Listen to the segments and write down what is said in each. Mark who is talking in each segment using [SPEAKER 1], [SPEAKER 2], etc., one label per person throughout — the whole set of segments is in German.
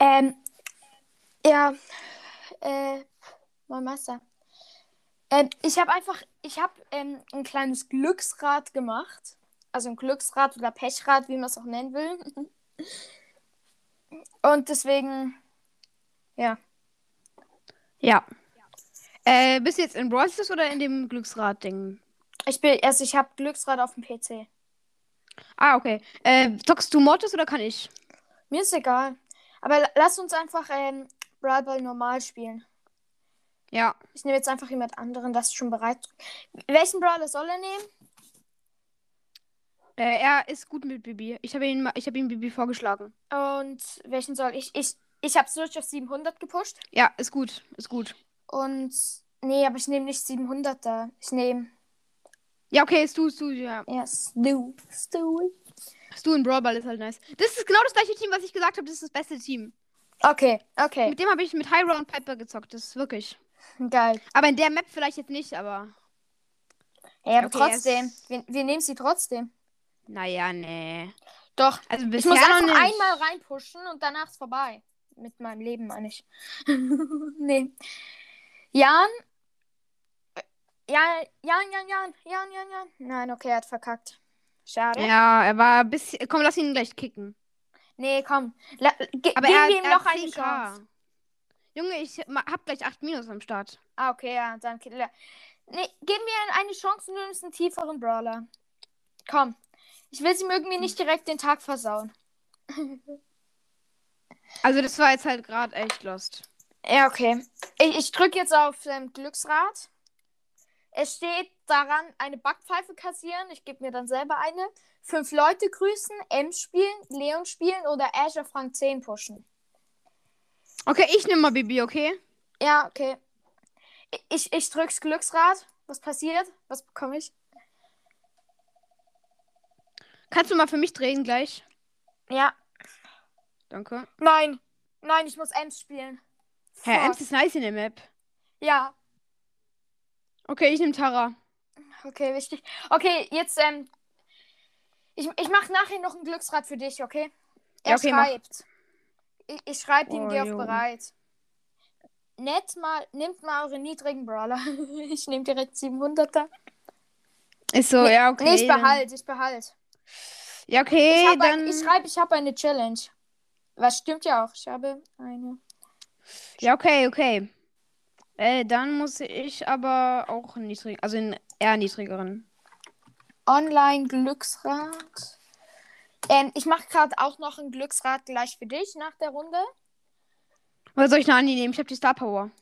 [SPEAKER 1] Ähm, Ja, äh, mein Meister. Ähm, ich habe einfach, ich habe ähm, ein kleines Glücksrad gemacht. Also ein Glücksrad oder Pechrad, wie man es auch nennen will. Und deswegen, ja.
[SPEAKER 2] Ja. Äh, bist du jetzt in Brawl Stars oder in dem Glücksrad-Ding?
[SPEAKER 1] Ich bin, also ich habe Glücksrad auf dem PC.
[SPEAKER 2] Ah, okay. Äh, zockst du Mortis oder kann ich?
[SPEAKER 1] Mir ist egal. Aber la- lass uns einfach ähm, Brawl Ball normal spielen.
[SPEAKER 2] Ja.
[SPEAKER 1] Ich nehme jetzt einfach jemand anderen, das ist schon bereit. Welchen Brawler soll er nehmen?
[SPEAKER 2] Äh, er ist gut mit Bibi. Ich habe ihn, ma- ich habe ihm Bibi vorgeschlagen.
[SPEAKER 1] Und welchen soll ich? Ich, ich habe Search auf 700 gepusht.
[SPEAKER 2] Ja, ist gut, ist gut.
[SPEAKER 1] Und nee, aber ich nehme nicht 700 da. Ich nehme
[SPEAKER 2] Ja, okay, ist du, ist du, ja.
[SPEAKER 1] ja, Stu. Stu.
[SPEAKER 2] Ist du in Brawl Ball ist halt nice. Das ist genau das gleiche Team, was ich gesagt habe. Das ist das beste Team.
[SPEAKER 1] Okay, okay.
[SPEAKER 2] Mit dem habe ich mit Hyro und Piper gezockt. Das ist wirklich.
[SPEAKER 1] Geil.
[SPEAKER 2] Aber in der Map vielleicht jetzt nicht, aber.
[SPEAKER 1] Ja, aber
[SPEAKER 2] Okay,
[SPEAKER 1] trotzdem.
[SPEAKER 2] es-
[SPEAKER 1] Wir, wir nehmen sie trotzdem.
[SPEAKER 2] Naja, nee.
[SPEAKER 1] Doch.
[SPEAKER 2] Also
[SPEAKER 1] Ich
[SPEAKER 2] bisher
[SPEAKER 1] muss
[SPEAKER 2] noch
[SPEAKER 1] einfach
[SPEAKER 2] nicht.
[SPEAKER 1] einmal reinpushen und danach ist vorbei. Mit meinem Leben meine ich. nee. Jan? Ja, Jan, Jan, Jan, Jan, Jan, Jan. Nein, okay, er hat verkackt. Schade.
[SPEAKER 2] Ja, er war ein bisschen. Komm, lass ihn gleich kicken.
[SPEAKER 1] Nee, komm. La ge
[SPEAKER 2] Aber
[SPEAKER 1] geben
[SPEAKER 2] er,
[SPEAKER 1] wir ihm
[SPEAKER 2] er hat
[SPEAKER 1] noch eine
[SPEAKER 2] 10K.
[SPEAKER 1] Chance.
[SPEAKER 2] Junge, ich ma- hab gleich 8 Minus am Start.
[SPEAKER 1] Ah, okay, ja, dann. Nee, geben wir ihm eine Chance und du nimmst einen tieferen Brawler. Komm. Ich will sie mögen mir nicht direkt den Tag versauen.
[SPEAKER 2] Also das war jetzt halt gerade echt lost.
[SPEAKER 1] Ja, okay. Ich, ich drücke jetzt auf ähm, Glücksrad. Es steht daran, eine Backpfeife kassieren. Ich gebe mir dann selber eine. Fünf Leute grüßen, M spielen, Leon spielen oder Ash auf Rang 10 pushen.
[SPEAKER 2] Okay, ich nehme mal Bibi, okay?
[SPEAKER 1] Ja, okay. I- Ich, ich drück's Glücksrad. Was passiert? Was bekomme ich?
[SPEAKER 2] Kannst du mal für mich drehen gleich?
[SPEAKER 1] Ja.
[SPEAKER 2] Danke.
[SPEAKER 1] Nein. Nein, ich muss Ems spielen.
[SPEAKER 2] Herr
[SPEAKER 1] Fuck.
[SPEAKER 2] Ems ist nice in der Map.
[SPEAKER 1] Ja,
[SPEAKER 2] Okay, ich nehme Tara.
[SPEAKER 1] okay, wichtig. Okay, jetzt, ähm. Ich, ich mach nachher noch ein Glücksrad für dich, okay? Er
[SPEAKER 2] Ja, okay, mach.
[SPEAKER 1] schreibt. Ich, ich schreibe ihm,
[SPEAKER 2] Oh,
[SPEAKER 1] geh auf
[SPEAKER 2] Junge.
[SPEAKER 1] bereit. Nett mal, nehmt mal eure niedrigen Brawler. ich nehme direkt 700er.
[SPEAKER 2] Ist so, ja, okay.
[SPEAKER 1] Nee, ich
[SPEAKER 2] dann-
[SPEAKER 1] behalt, ich behalt.
[SPEAKER 2] Ja, okay,
[SPEAKER 1] ich hab ein,
[SPEAKER 2] dann.
[SPEAKER 1] ich schreibe, ich habe eine Challenge. Was stimmt ja auch, ich habe eine.
[SPEAKER 2] ja, okay, okay. Äh, dann muss ich aber auch einen niedrig, also einen eher niedrigeren.
[SPEAKER 1] Online-Glücksrad. Ähm, ich mache gerade auch noch ein Glücksrad gleich für dich nach der Runde.
[SPEAKER 2] Oder soll ich eine Andi nehmen? Ich habe die Star Power.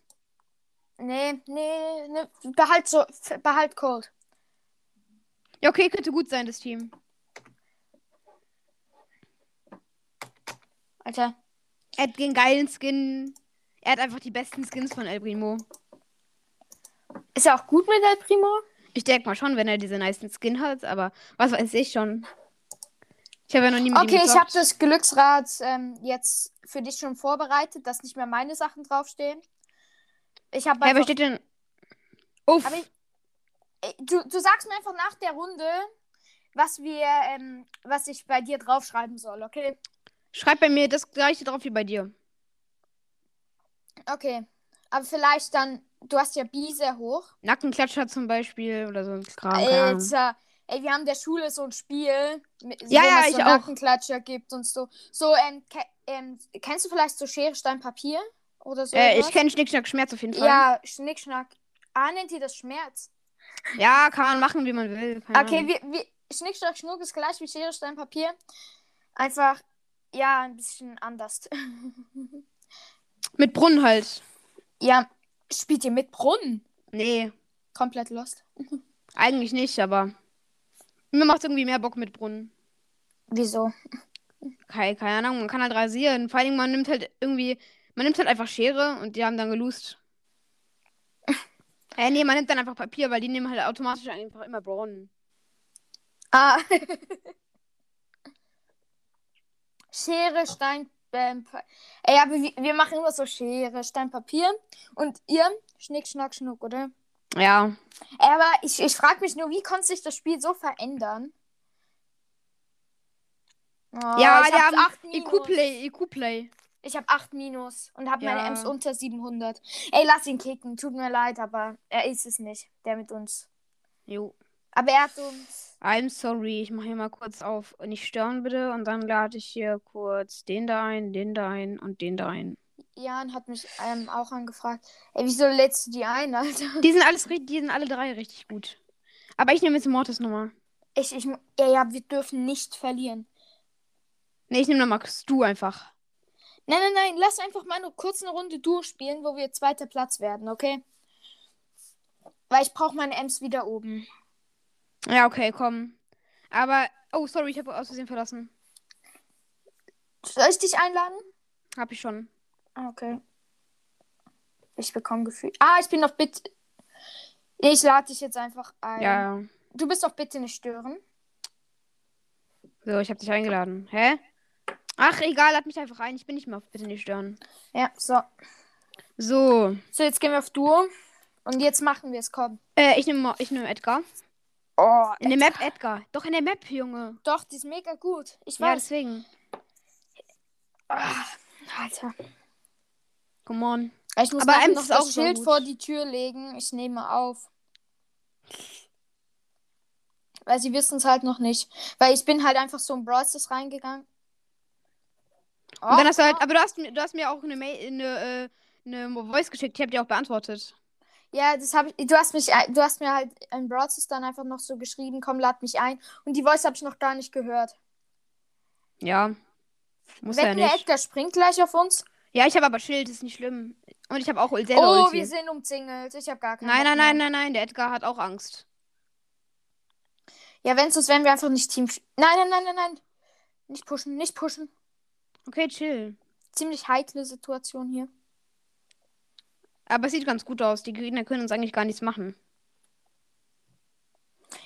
[SPEAKER 1] Nee, nee, nee. Behalt so, f- behalt Cold.
[SPEAKER 2] Ja, okay, könnte gut sein, das Team.
[SPEAKER 1] Alter.
[SPEAKER 2] Er hat den geilen Skin. Er hat einfach die besten Skins von El Primo.
[SPEAKER 1] Ist er auch gut mit El Primo?
[SPEAKER 2] Ich denke mal schon, wenn er diese nice Skin hat, aber was weiß ich schon. Ich habe ja noch nie mit ihm
[SPEAKER 1] Okay, ich habe
[SPEAKER 2] gezockt.
[SPEAKER 1] das Glücksrad ähm, jetzt für dich schon vorbereitet, dass nicht mehr meine Sachen draufstehen. Ich habe
[SPEAKER 2] Hä, wer
[SPEAKER 1] einfach...
[SPEAKER 2] steht denn? Uff.
[SPEAKER 1] Aber ich- Ey, du, du sagst mir einfach nach der Runde, was wir, ähm, was ich bei dir draufschreiben soll, okay?
[SPEAKER 2] Schreib bei mir das gleiche drauf wie bei dir.
[SPEAKER 1] Okay. Aber vielleicht dann, du hast ja B sehr hoch.
[SPEAKER 2] Nackenklatscher zum Beispiel oder so ein Kram.
[SPEAKER 1] Äh,
[SPEAKER 2] keine Ahnung.
[SPEAKER 1] Alter, ey, wir haben der Schule so ein Spiel, mit,
[SPEAKER 2] Ja,
[SPEAKER 1] wo
[SPEAKER 2] ja,
[SPEAKER 1] es so
[SPEAKER 2] ich auch.
[SPEAKER 1] Nackenklatscher gibt und so. So, ähm, ke ähm, kennst du vielleicht so Schere, Stein, Papier oder so?
[SPEAKER 2] Äh, ich
[SPEAKER 1] irgendwas?
[SPEAKER 2] kenne Schnickschnack Schmerz auf jeden Fall.
[SPEAKER 1] Ja, Schnick, Schnack. Ah, nennt ihr das Schmerz?
[SPEAKER 2] Ja, kann man machen, wie man will. Keine
[SPEAKER 1] Okay,
[SPEAKER 2] Ahnung.
[SPEAKER 1] wir, wir, Schnick, Schnack, Schnuck ist gleich wie Schere, Stein, Papier. Einfach, ja, ein bisschen anders.
[SPEAKER 2] Mit Brunnen halt.
[SPEAKER 1] ja, spielt ihr mit Brunnen?
[SPEAKER 2] Nee,
[SPEAKER 1] Komplett lost.
[SPEAKER 2] eigentlich nicht, aber. Mir macht irgendwie mehr Bock mit Brunnen.
[SPEAKER 1] Wieso?
[SPEAKER 2] Keine, keine Ahnung, man kann halt rasieren. Vor allem, man nimmt halt irgendwie. Man nimmt halt einfach Schere und die haben dann gelust. äh, nee, man nimmt dann einfach Papier, weil die nehmen halt automatisch einfach immer Brunnen.
[SPEAKER 1] Ah. Schere, Stein, ähm, Pa- Ey, aber wir, wir machen immer so Schere, Stein, Papier. Und ihr? Schnick, Schnack, Schnuck, oder?
[SPEAKER 2] Ja.
[SPEAKER 1] Ey, aber ich, ich frage mich nur, wie konnte sich das Spiel so verändern? Oh,
[SPEAKER 2] ja,
[SPEAKER 1] ich
[SPEAKER 2] die
[SPEAKER 1] hab's
[SPEAKER 2] haben
[SPEAKER 1] Oh,
[SPEAKER 2] E
[SPEAKER 1] acht Minus.
[SPEAKER 2] IQ-Play, IQ-Play.
[SPEAKER 1] Ich habe 8 minus und habe meine
[SPEAKER 2] Ja.
[SPEAKER 1] Ems unter 700. Ey, lass ihn kicken. Tut mir leid, aber er ist es nicht. Der mit uns.
[SPEAKER 2] Jo.
[SPEAKER 1] Aber er hat uns.
[SPEAKER 2] I'm sorry, ich mache hier mal kurz auf nicht stören bitte und dann lade ich hier kurz den da ein, den da ein und den da ein.
[SPEAKER 1] Jan hat mich ähm, auch angefragt. Ey, wieso lädst du die ein, Alter?
[SPEAKER 2] Die sind alles richtig, die sind alle drei richtig gut. Aber ich nehme jetzt Mortis nochmal.
[SPEAKER 1] Ich, ich, mu- ja, ja, wir dürfen nicht verlieren.
[SPEAKER 2] Ne, ich nehme nochmal Stu einfach.
[SPEAKER 1] Nein, nein, nein, lass einfach mal nur kurz eine Runde Duo spielen, wo wir zweiter Platz werden, okay? Weil ich brauche meine Ems wieder oben.
[SPEAKER 2] Ja, okay, komm. Aber oh, sorry, ich habe aus Versehen verlassen.
[SPEAKER 1] Soll ich dich einladen?
[SPEAKER 2] Hab ich schon.
[SPEAKER 1] Ah, Okay. Ich bekomme Gefühl. Ah, ich bin doch bitte. Ich lade dich jetzt einfach ein.
[SPEAKER 2] Ja, ja.
[SPEAKER 1] Du bist doch bitte nicht stören.
[SPEAKER 2] So, ich habe dich eingeladen. Hä? Ach, egal, lad mich einfach ein. Ich bin nicht mehr auf Bitte nicht stören.
[SPEAKER 1] Ja, so.
[SPEAKER 2] So.
[SPEAKER 1] So, jetzt gehen wir auf Duo. Und jetzt machen wir es, komm.
[SPEAKER 2] Äh, ich nehme Mo- ich nehme Edgar.
[SPEAKER 1] Oh,
[SPEAKER 2] In der Map Edgar. Doch in der Map, Junge.
[SPEAKER 1] doch, die ist mega gut. Ich
[SPEAKER 2] Ja,
[SPEAKER 1] weiß.
[SPEAKER 2] deswegen.
[SPEAKER 1] Ach, Alter.
[SPEAKER 2] Come on.
[SPEAKER 1] Ich muss
[SPEAKER 2] Ah, Aber
[SPEAKER 1] nachher
[SPEAKER 2] Ems
[SPEAKER 1] noch
[SPEAKER 2] ist auch
[SPEAKER 1] das
[SPEAKER 2] so
[SPEAKER 1] Schild
[SPEAKER 2] gut.
[SPEAKER 1] vor die Tür legen. Ich nehme auf. Weil sie wissen es halt noch nicht. Weil ich bin halt einfach so in Brawl Stars reingegangen. Oh,
[SPEAKER 2] Und dann hast du halt, aber du hast, mir- du hast mir auch eine Mail, eine, äh, eine Voice geschickt. Ich habe dir auch beantwortet.
[SPEAKER 1] Ja, das habe ich. Du hast mich, ein- du hast mir halt in Brawl Stars dann einfach noch so geschrieben, komm, lad mich ein. Und die Voice habe ich noch gar nicht gehört.
[SPEAKER 2] Ja. Muss
[SPEAKER 1] Wenn
[SPEAKER 2] ja
[SPEAKER 1] der
[SPEAKER 2] nicht.
[SPEAKER 1] Edgar springt gleich auf uns.
[SPEAKER 2] Ja, ich habe aber Schild, ist nicht schlimm. Und ich habe auch Ulti.
[SPEAKER 1] oh, wir sind umzingelt. Ich habe gar keinen
[SPEAKER 2] Nein,
[SPEAKER 1] Bock
[SPEAKER 2] nein, nein,
[SPEAKER 1] mehr.
[SPEAKER 2] nein, nein. Der Edgar hat auch Angst.
[SPEAKER 1] Ja, wenn es ist, wären wir einfach nicht Team. Nein, nein, nein, nein, nein. Nicht pushen, nicht pushen.
[SPEAKER 2] Okay, chill.
[SPEAKER 1] Ziemlich heikle Situation hier.
[SPEAKER 2] Aber es sieht ganz gut aus. Die Gegner können uns eigentlich gar nichts machen.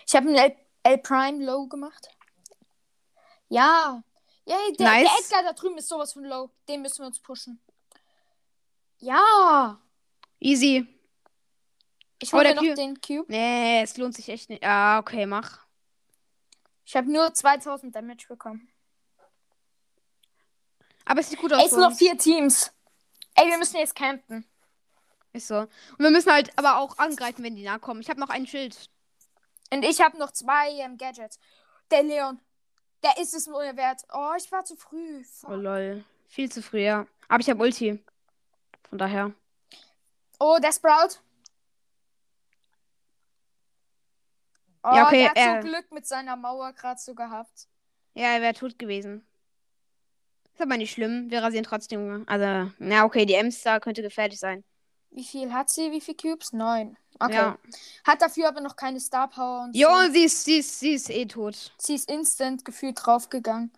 [SPEAKER 1] Ich habe einen L, L Prime Low gemacht. Ja. Yay, der, der
[SPEAKER 2] Nice.
[SPEAKER 1] Edgar da drüben ist sowas von Low. Den müssen wir uns pushen. Ja.
[SPEAKER 2] Easy.
[SPEAKER 1] Ich
[SPEAKER 2] Oh,
[SPEAKER 1] hole
[SPEAKER 2] der
[SPEAKER 1] mir noch
[SPEAKER 2] Cube.
[SPEAKER 1] den Cube.
[SPEAKER 2] Nee, es lohnt sich echt nicht. Ah, okay, mach.
[SPEAKER 1] Ich habe nur 2000 Damage bekommen.
[SPEAKER 2] Aber es sieht gut aus.
[SPEAKER 1] Ey, es
[SPEAKER 2] für
[SPEAKER 1] sind noch
[SPEAKER 2] uns.
[SPEAKER 1] vier Teams. Ey, wir müssen jetzt campen.
[SPEAKER 2] Ist so. Und wir müssen halt aber auch angreifen, wenn die nahe kommen. Ich habe noch ein Schild.
[SPEAKER 1] Und ich habe noch zwei ähm, Gadgets. Der Leon. Der ist es mir wert. Oh, ich war zu früh.
[SPEAKER 2] Oh
[SPEAKER 1] Fuck.
[SPEAKER 2] lol. Viel zu früh, ja. Aber ich habe Ulti. Von daher.
[SPEAKER 1] Oh, der Sprout. Oh,
[SPEAKER 2] Ja, okay,
[SPEAKER 1] der
[SPEAKER 2] äh.
[SPEAKER 1] hat so Glück mit seiner Mauer gerade so gehabt.
[SPEAKER 2] Ja, er wäre tot gewesen. Ist aber nicht schlimm. Wir rasieren trotzdem. Junge. Also, na okay, die M-Star könnte gefährlich sein.
[SPEAKER 1] Wie viel hat sie? Wie viele Cubes? Neun. Okay.
[SPEAKER 2] Ja.
[SPEAKER 1] Hat dafür aber noch keine Star Power und
[SPEAKER 2] Jo,
[SPEAKER 1] so.
[SPEAKER 2] sie ist, sie, ist, sie ist eh tot.
[SPEAKER 1] Sie ist instant gefühlt draufgegangen.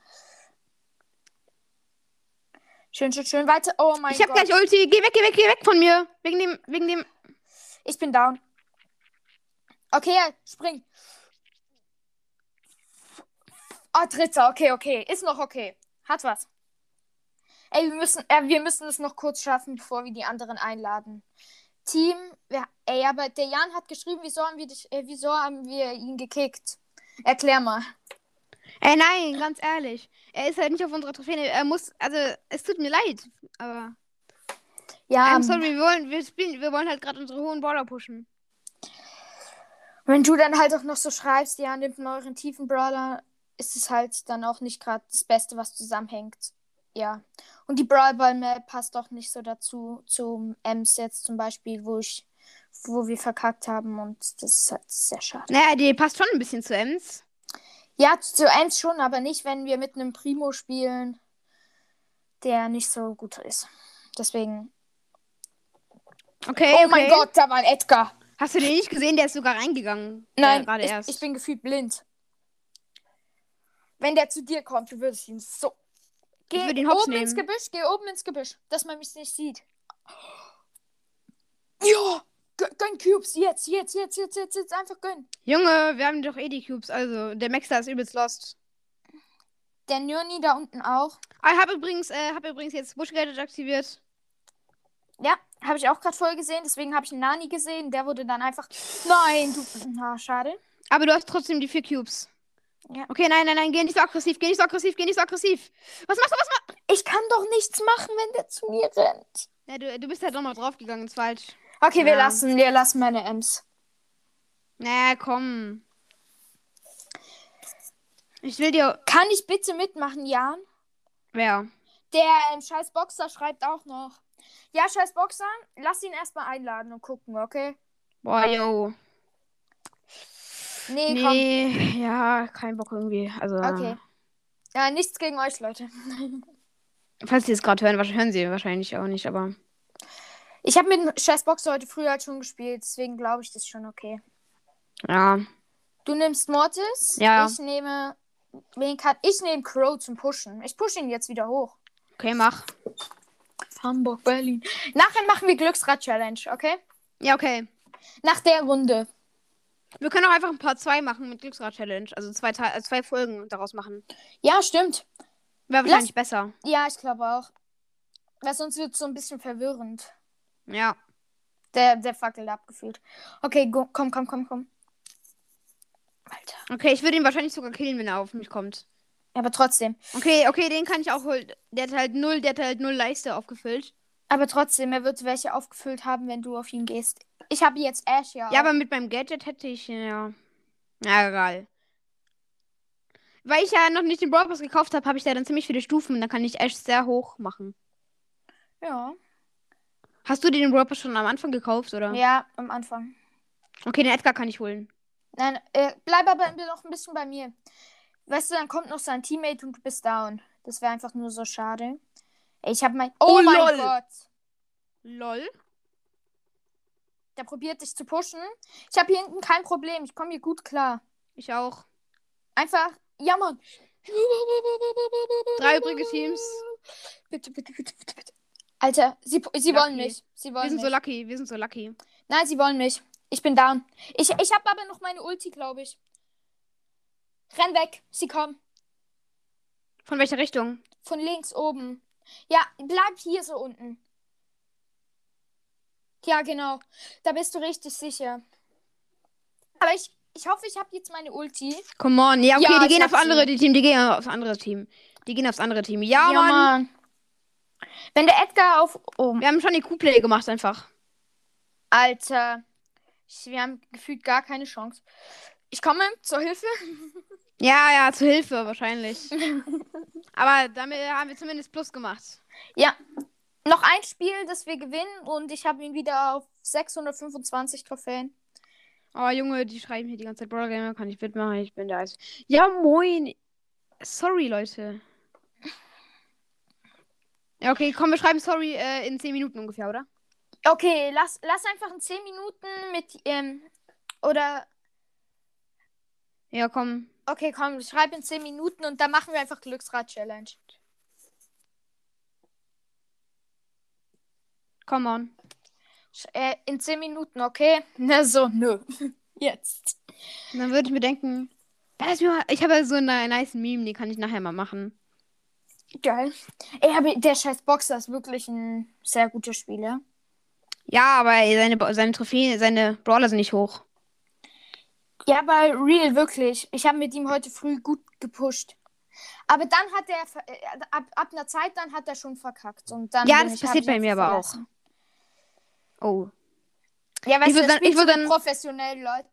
[SPEAKER 1] Schön, schön, schön. Weiter. Oh mein
[SPEAKER 2] ich habe
[SPEAKER 1] Gott.
[SPEAKER 2] gleich Ulti. Geh weg, geh weg, geh weg von mir. Wegen dem, wegen dem.
[SPEAKER 1] Ich bin down. Okay, spring. Oh, dritter. Okay, okay. Ist noch okay. Hat was. Ey, wir müssen, äh, wir müssen es noch kurz schaffen, bevor wir die anderen einladen. Team, ja, ey, aber der Jan hat geschrieben, wieso haben wir, dich, äh, wieso haben wir ihn gekickt? Erklär mal.
[SPEAKER 2] Ey, Äh, nein, ganz ehrlich. Er ist halt nicht auf unserer Trophäe. Er muss, also, es tut mir leid. Aber.
[SPEAKER 1] Ja,
[SPEAKER 2] I'm sorry, wir wollen, wir spielen, wir wollen halt gerade unsere hohen Baller pushen.
[SPEAKER 1] wenn du dann halt auch noch so schreibst, ja, nimmt mal euren tiefen Brawler, ist es halt dann auch nicht gerade das Beste, was zusammenhängt. Ja. Und die Brawl Ball Map passt auch nicht so dazu, zum Ems jetzt zum Beispiel, wo ich, wo wir verkackt haben und das ist halt sehr schade.
[SPEAKER 2] Naja, die passt schon ein bisschen zu Ems.
[SPEAKER 1] Ja, zu Ems schon, aber nicht, wenn wir mit einem Primo spielen, der nicht so gut ist. Deswegen.
[SPEAKER 2] Okay,
[SPEAKER 1] oh
[SPEAKER 2] okay.
[SPEAKER 1] mein Gott, da war ein Edgar.
[SPEAKER 2] Hast du den nicht gesehen? Der ist sogar reingegangen.
[SPEAKER 1] Nein,
[SPEAKER 2] Äh, gerade erst.
[SPEAKER 1] ich, ich bin gefühlt blind. Wenn der zu dir kommt, du würdest ihn so. Geh
[SPEAKER 2] würde ihn hops
[SPEAKER 1] oben ins
[SPEAKER 2] nehmen.
[SPEAKER 1] Gebüsch, geh oben ins Gebüsch, dass man mich nicht sieht. Ja, gö- gönn Cubes, jetzt, jetzt, jetzt, jetzt, jetzt, jetzt, einfach gönn.
[SPEAKER 2] Junge, wir haben doch eh die Cubes. Also, der Maxer ist übelst lost.
[SPEAKER 1] Der Nürni da unten auch.
[SPEAKER 2] Ah, Ich habe übrigens, äh, hab übrigens jetzt Bush Gadget aktiviert.
[SPEAKER 1] Ja, habe ich auch gerade voll gesehen, deswegen habe ich einen Nani gesehen. Der wurde dann einfach. Nein, du. Na, schade.
[SPEAKER 2] Aber du hast trotzdem die vier Cubes.
[SPEAKER 1] Ja.
[SPEAKER 2] Okay, nein, nein, nein, geh nicht so aggressiv, geh nicht so aggressiv, geh nicht so aggressiv. Was machst du, was machst
[SPEAKER 1] Ich kann doch nichts machen, wenn der zu mir rennt.
[SPEAKER 2] du? Ja, du, du bist halt nochmal draufgegangen, ist falsch.
[SPEAKER 1] Okay, wir
[SPEAKER 2] Ja.
[SPEAKER 1] lassen, wir lassen meine Ems.
[SPEAKER 2] Na, komm. Ich will dir.
[SPEAKER 1] Kann ich bitte mitmachen, Jan?
[SPEAKER 2] Wer?
[SPEAKER 1] Der ähm, scheiß Boxer schreibt auch noch. Ja, scheiß Boxer, lass ihn erstmal einladen und gucken, okay?
[SPEAKER 2] Boah, yo.
[SPEAKER 1] Nee, komm.
[SPEAKER 2] Nee, ja, kein Bock irgendwie. Also,
[SPEAKER 1] Okay. Ja, nichts gegen euch, Leute.
[SPEAKER 2] falls sie es gerade hören, wahrscheinlich hören sie wahrscheinlich auch nicht, aber.
[SPEAKER 1] Ich habe mit dem scheiß Boxer heute früher halt schon gespielt, deswegen glaube ich das ist schon okay.
[SPEAKER 2] Ja.
[SPEAKER 1] Du nimmst Mortis.
[SPEAKER 2] Ja.
[SPEAKER 1] Ich nehme. Wen kann. Ich nehme Crow zum Pushen. Ich pushe ihn jetzt wieder hoch.
[SPEAKER 2] Okay, mach.
[SPEAKER 1] Hamburg, Berlin. Nachher machen wir Glücksrad-Challenge, okay?
[SPEAKER 2] Ja, okay.
[SPEAKER 1] Nach der Runde.
[SPEAKER 2] Wir können auch einfach ein paar zwei machen mit Glücksrad-Challenge. Also zwei, Teil- äh, zwei Folgen daraus machen.
[SPEAKER 1] Ja, stimmt.
[SPEAKER 2] Wäre
[SPEAKER 1] Lass-
[SPEAKER 2] wahrscheinlich besser.
[SPEAKER 1] Ja, ich glaube auch. Weil sonst wird es so ein bisschen verwirrend.
[SPEAKER 2] Ja.
[SPEAKER 1] Der, der fackelt abgefühlt. Okay, go, komm, komm, komm, komm. Alter.
[SPEAKER 2] Okay, ich würde ihn wahrscheinlich sogar killen, wenn er auf mich kommt.
[SPEAKER 1] Aber trotzdem.
[SPEAKER 2] Okay, okay, den kann ich auch holen. Der hat halt null, der hat halt null Leiste aufgefüllt.
[SPEAKER 1] Aber trotzdem, er wird welche aufgefüllt haben, wenn du auf ihn gehst. Ich habe jetzt Ash, ja.
[SPEAKER 2] Ja,
[SPEAKER 1] auch.
[SPEAKER 2] aber mit meinem Gadget hätte ich ihn ja. Na, egal. Weil ich ja noch nicht den Brawl Pass gekauft habe, habe ich da dann ziemlich viele Stufen und dann kann ich Ash sehr hoch machen.
[SPEAKER 1] ja.
[SPEAKER 2] Hast du dir den Brawl Pass schon am Anfang gekauft, oder?
[SPEAKER 1] Ja, am Anfang.
[SPEAKER 2] Okay, den Edgar kann ich holen.
[SPEAKER 1] Nein, äh, bleib aber noch ein bisschen bei mir. Weißt du, dann kommt noch sein Teammate und du bist down. Das wäre einfach nur so schade. Ey, Ich habe mein. Oh,
[SPEAKER 2] Oh,
[SPEAKER 1] mein
[SPEAKER 2] lol.
[SPEAKER 1] Gott.
[SPEAKER 2] Lol.
[SPEAKER 1] Der probiert dich zu pushen. Ich habe hier hinten kein Problem. Ich komme hier gut klar.
[SPEAKER 2] Ich auch.
[SPEAKER 1] Einfach jammern.
[SPEAKER 2] Drei übrige Teams.
[SPEAKER 1] Bitte, bitte, bitte, bitte, bitte. Alter, sie, sie wollen
[SPEAKER 2] Lucky.
[SPEAKER 1] mich. Sie wollen
[SPEAKER 2] Wir sind
[SPEAKER 1] mich.
[SPEAKER 2] so lucky, wir sind so lucky.
[SPEAKER 1] Nein, sie wollen mich. Ich bin down. Ich, ich habe aber noch meine Ulti, glaube ich. Renn weg. Sie kommen.
[SPEAKER 2] Von welcher Richtung?
[SPEAKER 1] Von links oben. Ja, bleib hier so unten. Ja, genau. Da bist du richtig sicher. Aber ich, ich hoffe, ich habe jetzt meine Ulti.
[SPEAKER 2] Come on. Ja, okay,
[SPEAKER 1] Ja,
[SPEAKER 2] die
[SPEAKER 1] ich
[SPEAKER 2] gehen
[SPEAKER 1] hab
[SPEAKER 2] auf andere
[SPEAKER 1] sie.
[SPEAKER 2] die Team, die gehen aufs andere Team. Die gehen aufs andere Team. Ja, Mann.
[SPEAKER 1] Wenn der Edgar auf. Oh,
[SPEAKER 2] Wir haben schon die Q-Play gemacht einfach.
[SPEAKER 1] Alter. Ich, wir haben gefühlt gar keine Chance. Ich komme zur Hilfe.
[SPEAKER 2] Ja, ja, zu Hilfe wahrscheinlich. Aber damit haben wir zumindest Plus gemacht.
[SPEAKER 1] Noch ein Spiel, das wir gewinnen und ich habe ihn wieder auf 625 Trophäen.
[SPEAKER 2] Oh, Junge, die schreiben hier die ganze Zeit, Brawler Gamer, kann ich mitmachen, ich bin der Eis. Ja, moin. Sorry, Leute. Ja, okay, komm, wir schreiben sorry äh, in 10 Minuten ungefähr, oder?
[SPEAKER 1] Okay, lass, lass einfach in 10 Minuten mit. Ähm, oder.
[SPEAKER 2] Ja, komm.
[SPEAKER 1] Okay, komm, schreib in 10 Minuten und dann machen wir einfach Glücksrad-Challenge.
[SPEAKER 2] Come on.
[SPEAKER 1] Sch- Äh, in 10 Minuten, okay? Na so, nö. Jetzt.
[SPEAKER 2] Und dann würde ich mir denken, lass mir mal, ich habe ja so eine nice Meme, die kann ich nachher mal machen.
[SPEAKER 1] Geil. Ey, aber der scheiß Boxer ist wirklich ein sehr guter Spieler.
[SPEAKER 2] Ja, aber ey, seine, Bo- seine Trophäen, seine Brawler sind nicht hoch.
[SPEAKER 1] Ja, bei Real, wirklich. Ich habe mit ihm heute früh gut gepusht. Aber dann hat er, ver- äh, ab, ab einer Zeit, dann hat er schon verkackt. Und dann
[SPEAKER 2] Ja,
[SPEAKER 1] bin
[SPEAKER 2] das
[SPEAKER 1] ich- hab
[SPEAKER 2] passiert
[SPEAKER 1] ich
[SPEAKER 2] bei
[SPEAKER 1] einfach
[SPEAKER 2] mir aber auch.
[SPEAKER 1] vergessen.
[SPEAKER 2] Oh.
[SPEAKER 1] Ja, weißt
[SPEAKER 2] Ich
[SPEAKER 1] du,
[SPEAKER 2] würd
[SPEAKER 1] das
[SPEAKER 2] dann-
[SPEAKER 1] spielt
[SPEAKER 2] ich würd
[SPEAKER 1] so
[SPEAKER 2] dann-
[SPEAKER 1] professionell, Leute.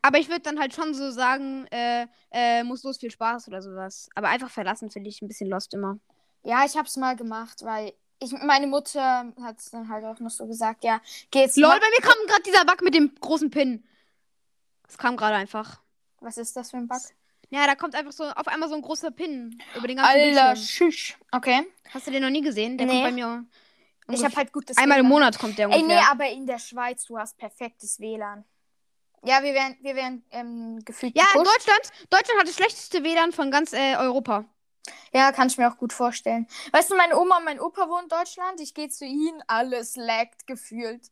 [SPEAKER 2] Aber ich würde dann halt schon so sagen, äh, äh, muss los, viel Spaß oder sowas. Aber einfach verlassen finde ich ein bisschen lost immer.
[SPEAKER 1] Ja, ich hab's mal gemacht, weil ich, meine Mutter hat es dann halt auch noch so gesagt, ja, geh jetzt
[SPEAKER 2] Lol,
[SPEAKER 1] mal-
[SPEAKER 2] bei mir kam gerade dieser Bug mit dem großen Pin. Das kam gerade einfach.
[SPEAKER 1] Was ist das für ein Bug?
[SPEAKER 2] Ja, da kommt einfach so auf einmal so ein großer Pin über den ganzen
[SPEAKER 1] Alter,
[SPEAKER 2] Bildschirm.
[SPEAKER 1] schüsch. Okay.
[SPEAKER 2] Hast du den noch nie gesehen? Der
[SPEAKER 1] Nee.
[SPEAKER 2] kommt bei mir.
[SPEAKER 1] Ich
[SPEAKER 2] ungefähr-
[SPEAKER 1] hab halt gutes
[SPEAKER 2] einmal im
[SPEAKER 1] WLAN.
[SPEAKER 2] Monat kommt der
[SPEAKER 1] Ey,
[SPEAKER 2] ungefähr.
[SPEAKER 1] nee, aber in der Schweiz, du hast perfektes WLAN. Ja, wir werden, wir werden ähm, gefühlt
[SPEAKER 2] ja, in
[SPEAKER 1] gepusht.
[SPEAKER 2] Deutschland, Deutschland hat das schlechteste WLAN von ganz äh, Europa.
[SPEAKER 1] Ja, kann ich mir auch gut vorstellen. Weißt du, meine Oma und mein Opa wohnen in Deutschland. Ich gehe zu ihnen, alles laggt gefühlt.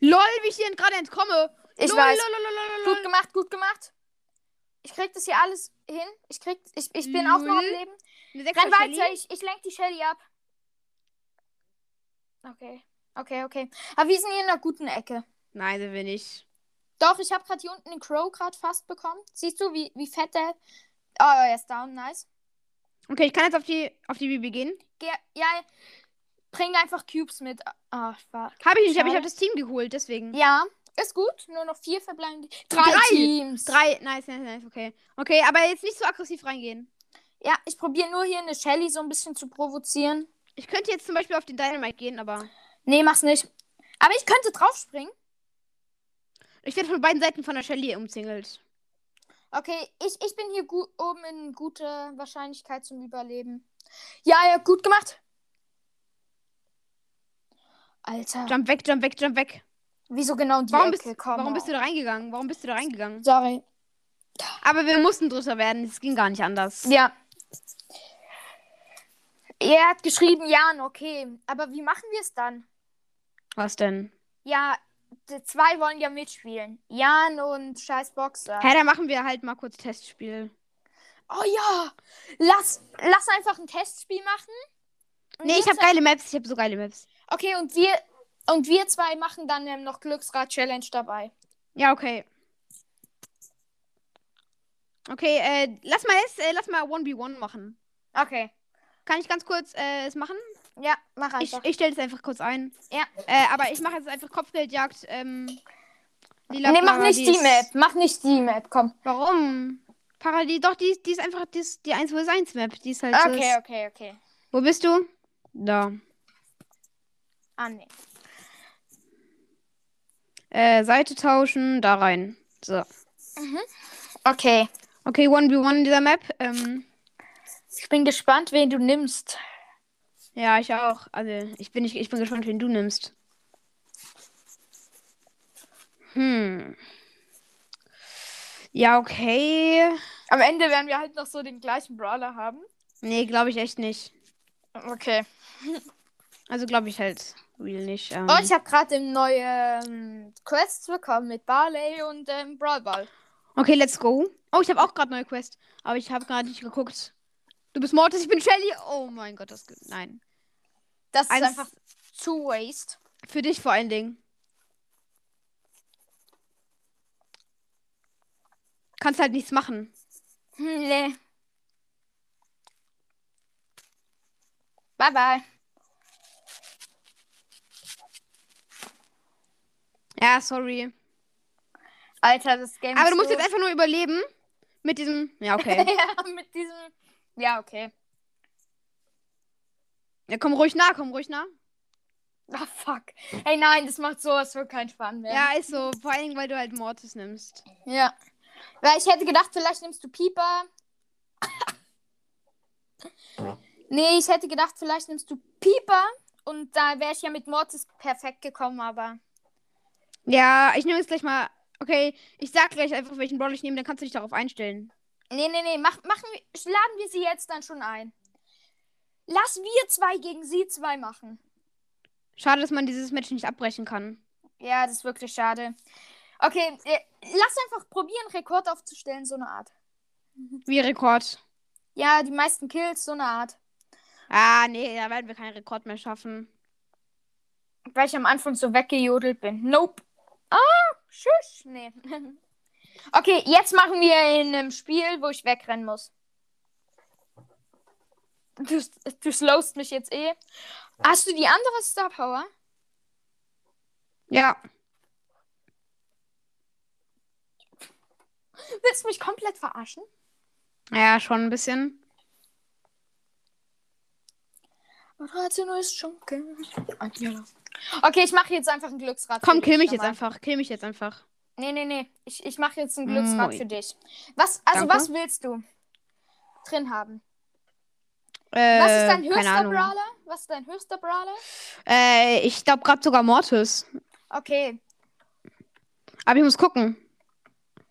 [SPEAKER 2] Lol, wie ich hier gerade entkomme.
[SPEAKER 1] Ich
[SPEAKER 2] lol,
[SPEAKER 1] weiß.
[SPEAKER 2] Lol, lol, lol, lol,
[SPEAKER 1] Gut gemacht, gut gemacht. Ich krieg das hier alles hin. Ich krieg, ich, ich bin auch noch am
[SPEAKER 2] Null.
[SPEAKER 1] Leben.
[SPEAKER 2] Eine Sechs
[SPEAKER 1] Renn
[SPEAKER 2] von Shelly.
[SPEAKER 1] weiter, ich, ich lenk die Shelly ab. Okay, okay, okay. Aber wir sind hier in einer guten Ecke.
[SPEAKER 2] Nein, sind wir nicht.
[SPEAKER 1] Doch, ich habe gerade hier unten den Crow gerade fast bekommen. Siehst du, wie, wie fett der. Oh, er ist down, nice.
[SPEAKER 2] Okay, ich kann jetzt auf die, auf die Bibi gehen.
[SPEAKER 1] Geh, ja, bring einfach Cubes mit. Ah, ich war.
[SPEAKER 2] Habe ich nicht, aber
[SPEAKER 1] Schade.
[SPEAKER 2] ich habe das Team geholt, deswegen.
[SPEAKER 1] Ja, ist gut. Nur noch vier verbleibende. Drei,
[SPEAKER 2] Drei!
[SPEAKER 1] Teams.
[SPEAKER 2] Drei, nice, nice, nice, okay. Okay, aber jetzt nicht so aggressiv reingehen.
[SPEAKER 1] Ja, ich probiere nur hier eine Shelly so ein bisschen zu provozieren.
[SPEAKER 2] Ich könnte jetzt zum Beispiel auf den Dynamite gehen, aber
[SPEAKER 1] Nee, mach's nicht. Aber ich könnte draufspringen.
[SPEAKER 2] ich werde von beiden Seiten von der Shelly umzingelt.
[SPEAKER 1] Okay, ich, ich bin hier gut, oben in gute Wahrscheinlichkeit zum Überleben. Ja, ja, gut gemacht. Alter,
[SPEAKER 2] Jump weg, jump weg, jump weg.
[SPEAKER 1] wieso genau in die
[SPEAKER 2] Warum
[SPEAKER 1] Ecke
[SPEAKER 2] bist,
[SPEAKER 1] Komm
[SPEAKER 2] warum bist du
[SPEAKER 1] auf.
[SPEAKER 2] da reingegangen? Warum bist du da reingegangen?
[SPEAKER 1] Sorry.
[SPEAKER 2] Aber wir mussten Dritter werden, es ging gar nicht anders.
[SPEAKER 1] Ja. Er hat geschrieben, Jan, okay. Aber wie machen wir es dann?
[SPEAKER 2] Was denn?
[SPEAKER 1] Ja, die zwei wollen ja mitspielen. Jan und scheiß Boxer.
[SPEAKER 2] Hä, hey, dann machen wir halt mal kurz Testspiel.
[SPEAKER 1] Oh ja, lass, lass einfach ein Testspiel machen. Und
[SPEAKER 2] Nee,
[SPEAKER 1] wir
[SPEAKER 2] ich habe
[SPEAKER 1] zwei-
[SPEAKER 2] geile Maps, ich habe so geile Maps.
[SPEAKER 1] Okay, und wir und wir zwei machen dann ähm, noch Glücksrad-Challenge dabei.
[SPEAKER 2] Ja, okay. Okay, äh, lass mal jetzt, äh, lass mal 1v1 machen.
[SPEAKER 1] Okay.
[SPEAKER 2] Kann ich ganz kurz äh, es machen?
[SPEAKER 1] Ja, mach
[SPEAKER 2] Ich,
[SPEAKER 1] einfach.
[SPEAKER 2] ich stelle es einfach kurz ein.
[SPEAKER 1] Ja.
[SPEAKER 2] Äh, aber ich mache jetzt einfach Kopfgeldjagd. Ähm, Lila
[SPEAKER 1] nee, mach nicht die
[SPEAKER 2] Paradies.
[SPEAKER 1] Map. Mach nicht die Map, komm.
[SPEAKER 2] Warum? Paradies. Doch, die, die ist einfach die, ist die 1 vs 1 Map. Die ist halt. so-
[SPEAKER 1] Okay, okay, okay.
[SPEAKER 2] Wo bist du? Da.
[SPEAKER 1] Ah, nee.
[SPEAKER 2] Äh, Seite tauschen, da rein. So.
[SPEAKER 1] Okay.
[SPEAKER 2] Okay, 1v1 in dieser Map. Ähm,
[SPEAKER 1] Ich bin gespannt, wen du nimmst.
[SPEAKER 2] ja, ich auch. Also, ich bin, nicht, ich bin gespannt, wen du nimmst. Hm. Ja, okay.
[SPEAKER 1] Am Ende werden wir halt noch so den gleichen Brawler haben.
[SPEAKER 2] Nee, glaube ich echt nicht.
[SPEAKER 1] Okay.
[SPEAKER 2] Also glaube ich halt real nicht. Ähm.
[SPEAKER 1] Oh, ich habe gerade eine neue ähm, Quest bekommen mit Barley und ähm, Brawl Ball.
[SPEAKER 2] Okay, let's go. Oh, ich habe auch gerade neue Quest, aber ich habe gerade nicht geguckt. Du bist Mortis, ich bin Shelly. Oh mein Gott, das geht- nein. Also
[SPEAKER 1] Das ist
[SPEAKER 2] Eins-
[SPEAKER 1] einfach zu waste.
[SPEAKER 2] Für dich vor allen Dingen. Kannst halt nichts machen.
[SPEAKER 1] Hm, Nee. Bye bye.
[SPEAKER 2] Ja, sorry.
[SPEAKER 1] Alter, das Game
[SPEAKER 2] Aber
[SPEAKER 1] ist
[SPEAKER 2] du musst
[SPEAKER 1] so...
[SPEAKER 2] jetzt einfach nur überleben mit diesem Ja, okay.
[SPEAKER 1] ja, mit diesem. Ja, okay.
[SPEAKER 2] Ja, komm ruhig nah, komm ruhig nah.
[SPEAKER 1] Ah, fuck. Ey, nein, das macht sowas für keinen Spaß mehr.
[SPEAKER 2] Ja, ist so, vor allen Dingen, weil du halt Mortis nimmst.
[SPEAKER 1] Ja. Weil ich hätte gedacht, vielleicht nimmst du Pieper. nee, ich hätte gedacht, vielleicht nimmst du Pieper. Und da wäre ich ja mit Mortis perfekt gekommen, aber.
[SPEAKER 2] Ja, ich nehme jetzt gleich mal Okay, ich sag gleich einfach, welchen Brawler ich nehme, dann kannst du dich darauf einstellen.
[SPEAKER 1] Nee, nee, nee. Mach, machen wir, laden wir sie jetzt dann schon ein. Lass wir zwei gegen sie zwei machen.
[SPEAKER 2] Schade, dass man dieses Match nicht abbrechen kann.
[SPEAKER 1] Ja, das ist wirklich schade. Okay, äh, lass einfach probieren, Rekord aufzustellen, so eine Art.
[SPEAKER 2] Wie Rekord.
[SPEAKER 1] Ja, die meisten Kills, so eine Art.
[SPEAKER 2] Ah, nee, da werden wir keinen Rekord mehr schaffen.
[SPEAKER 1] Weil ich am Anfang so weggejodelt bin. Nope. Ah, tschüss. Nee. Okay, jetzt machen wir in einem Spiel, wo ich wegrennen muss. Du, du slowst mich jetzt eh. Hast du die andere Star Power?
[SPEAKER 2] Ja.
[SPEAKER 1] Willst du mich komplett verarschen?
[SPEAKER 2] Ja, schon ein bisschen.
[SPEAKER 1] Ratio ist Schunkel. Okay, ich mache jetzt einfach ein Glücksrad.
[SPEAKER 2] Komm,
[SPEAKER 1] für
[SPEAKER 2] kill
[SPEAKER 1] dich
[SPEAKER 2] mich jetzt
[SPEAKER 1] nochmal.
[SPEAKER 2] einfach. Kill mich jetzt einfach.
[SPEAKER 1] Nee, nee, nee. Ich, ich mache jetzt ein Glücksrad
[SPEAKER 2] Moin.
[SPEAKER 1] für dich. Was, also
[SPEAKER 2] Danke.
[SPEAKER 1] was willst du drin haben?
[SPEAKER 2] Äh,
[SPEAKER 1] was ist dein
[SPEAKER 2] keine
[SPEAKER 1] höchster
[SPEAKER 2] Ahnung.
[SPEAKER 1] Brawler? Was ist dein höchster Brawler?
[SPEAKER 2] Äh, ich glaube gerade sogar Mortis.
[SPEAKER 1] Okay,
[SPEAKER 2] Aber ich muss gucken.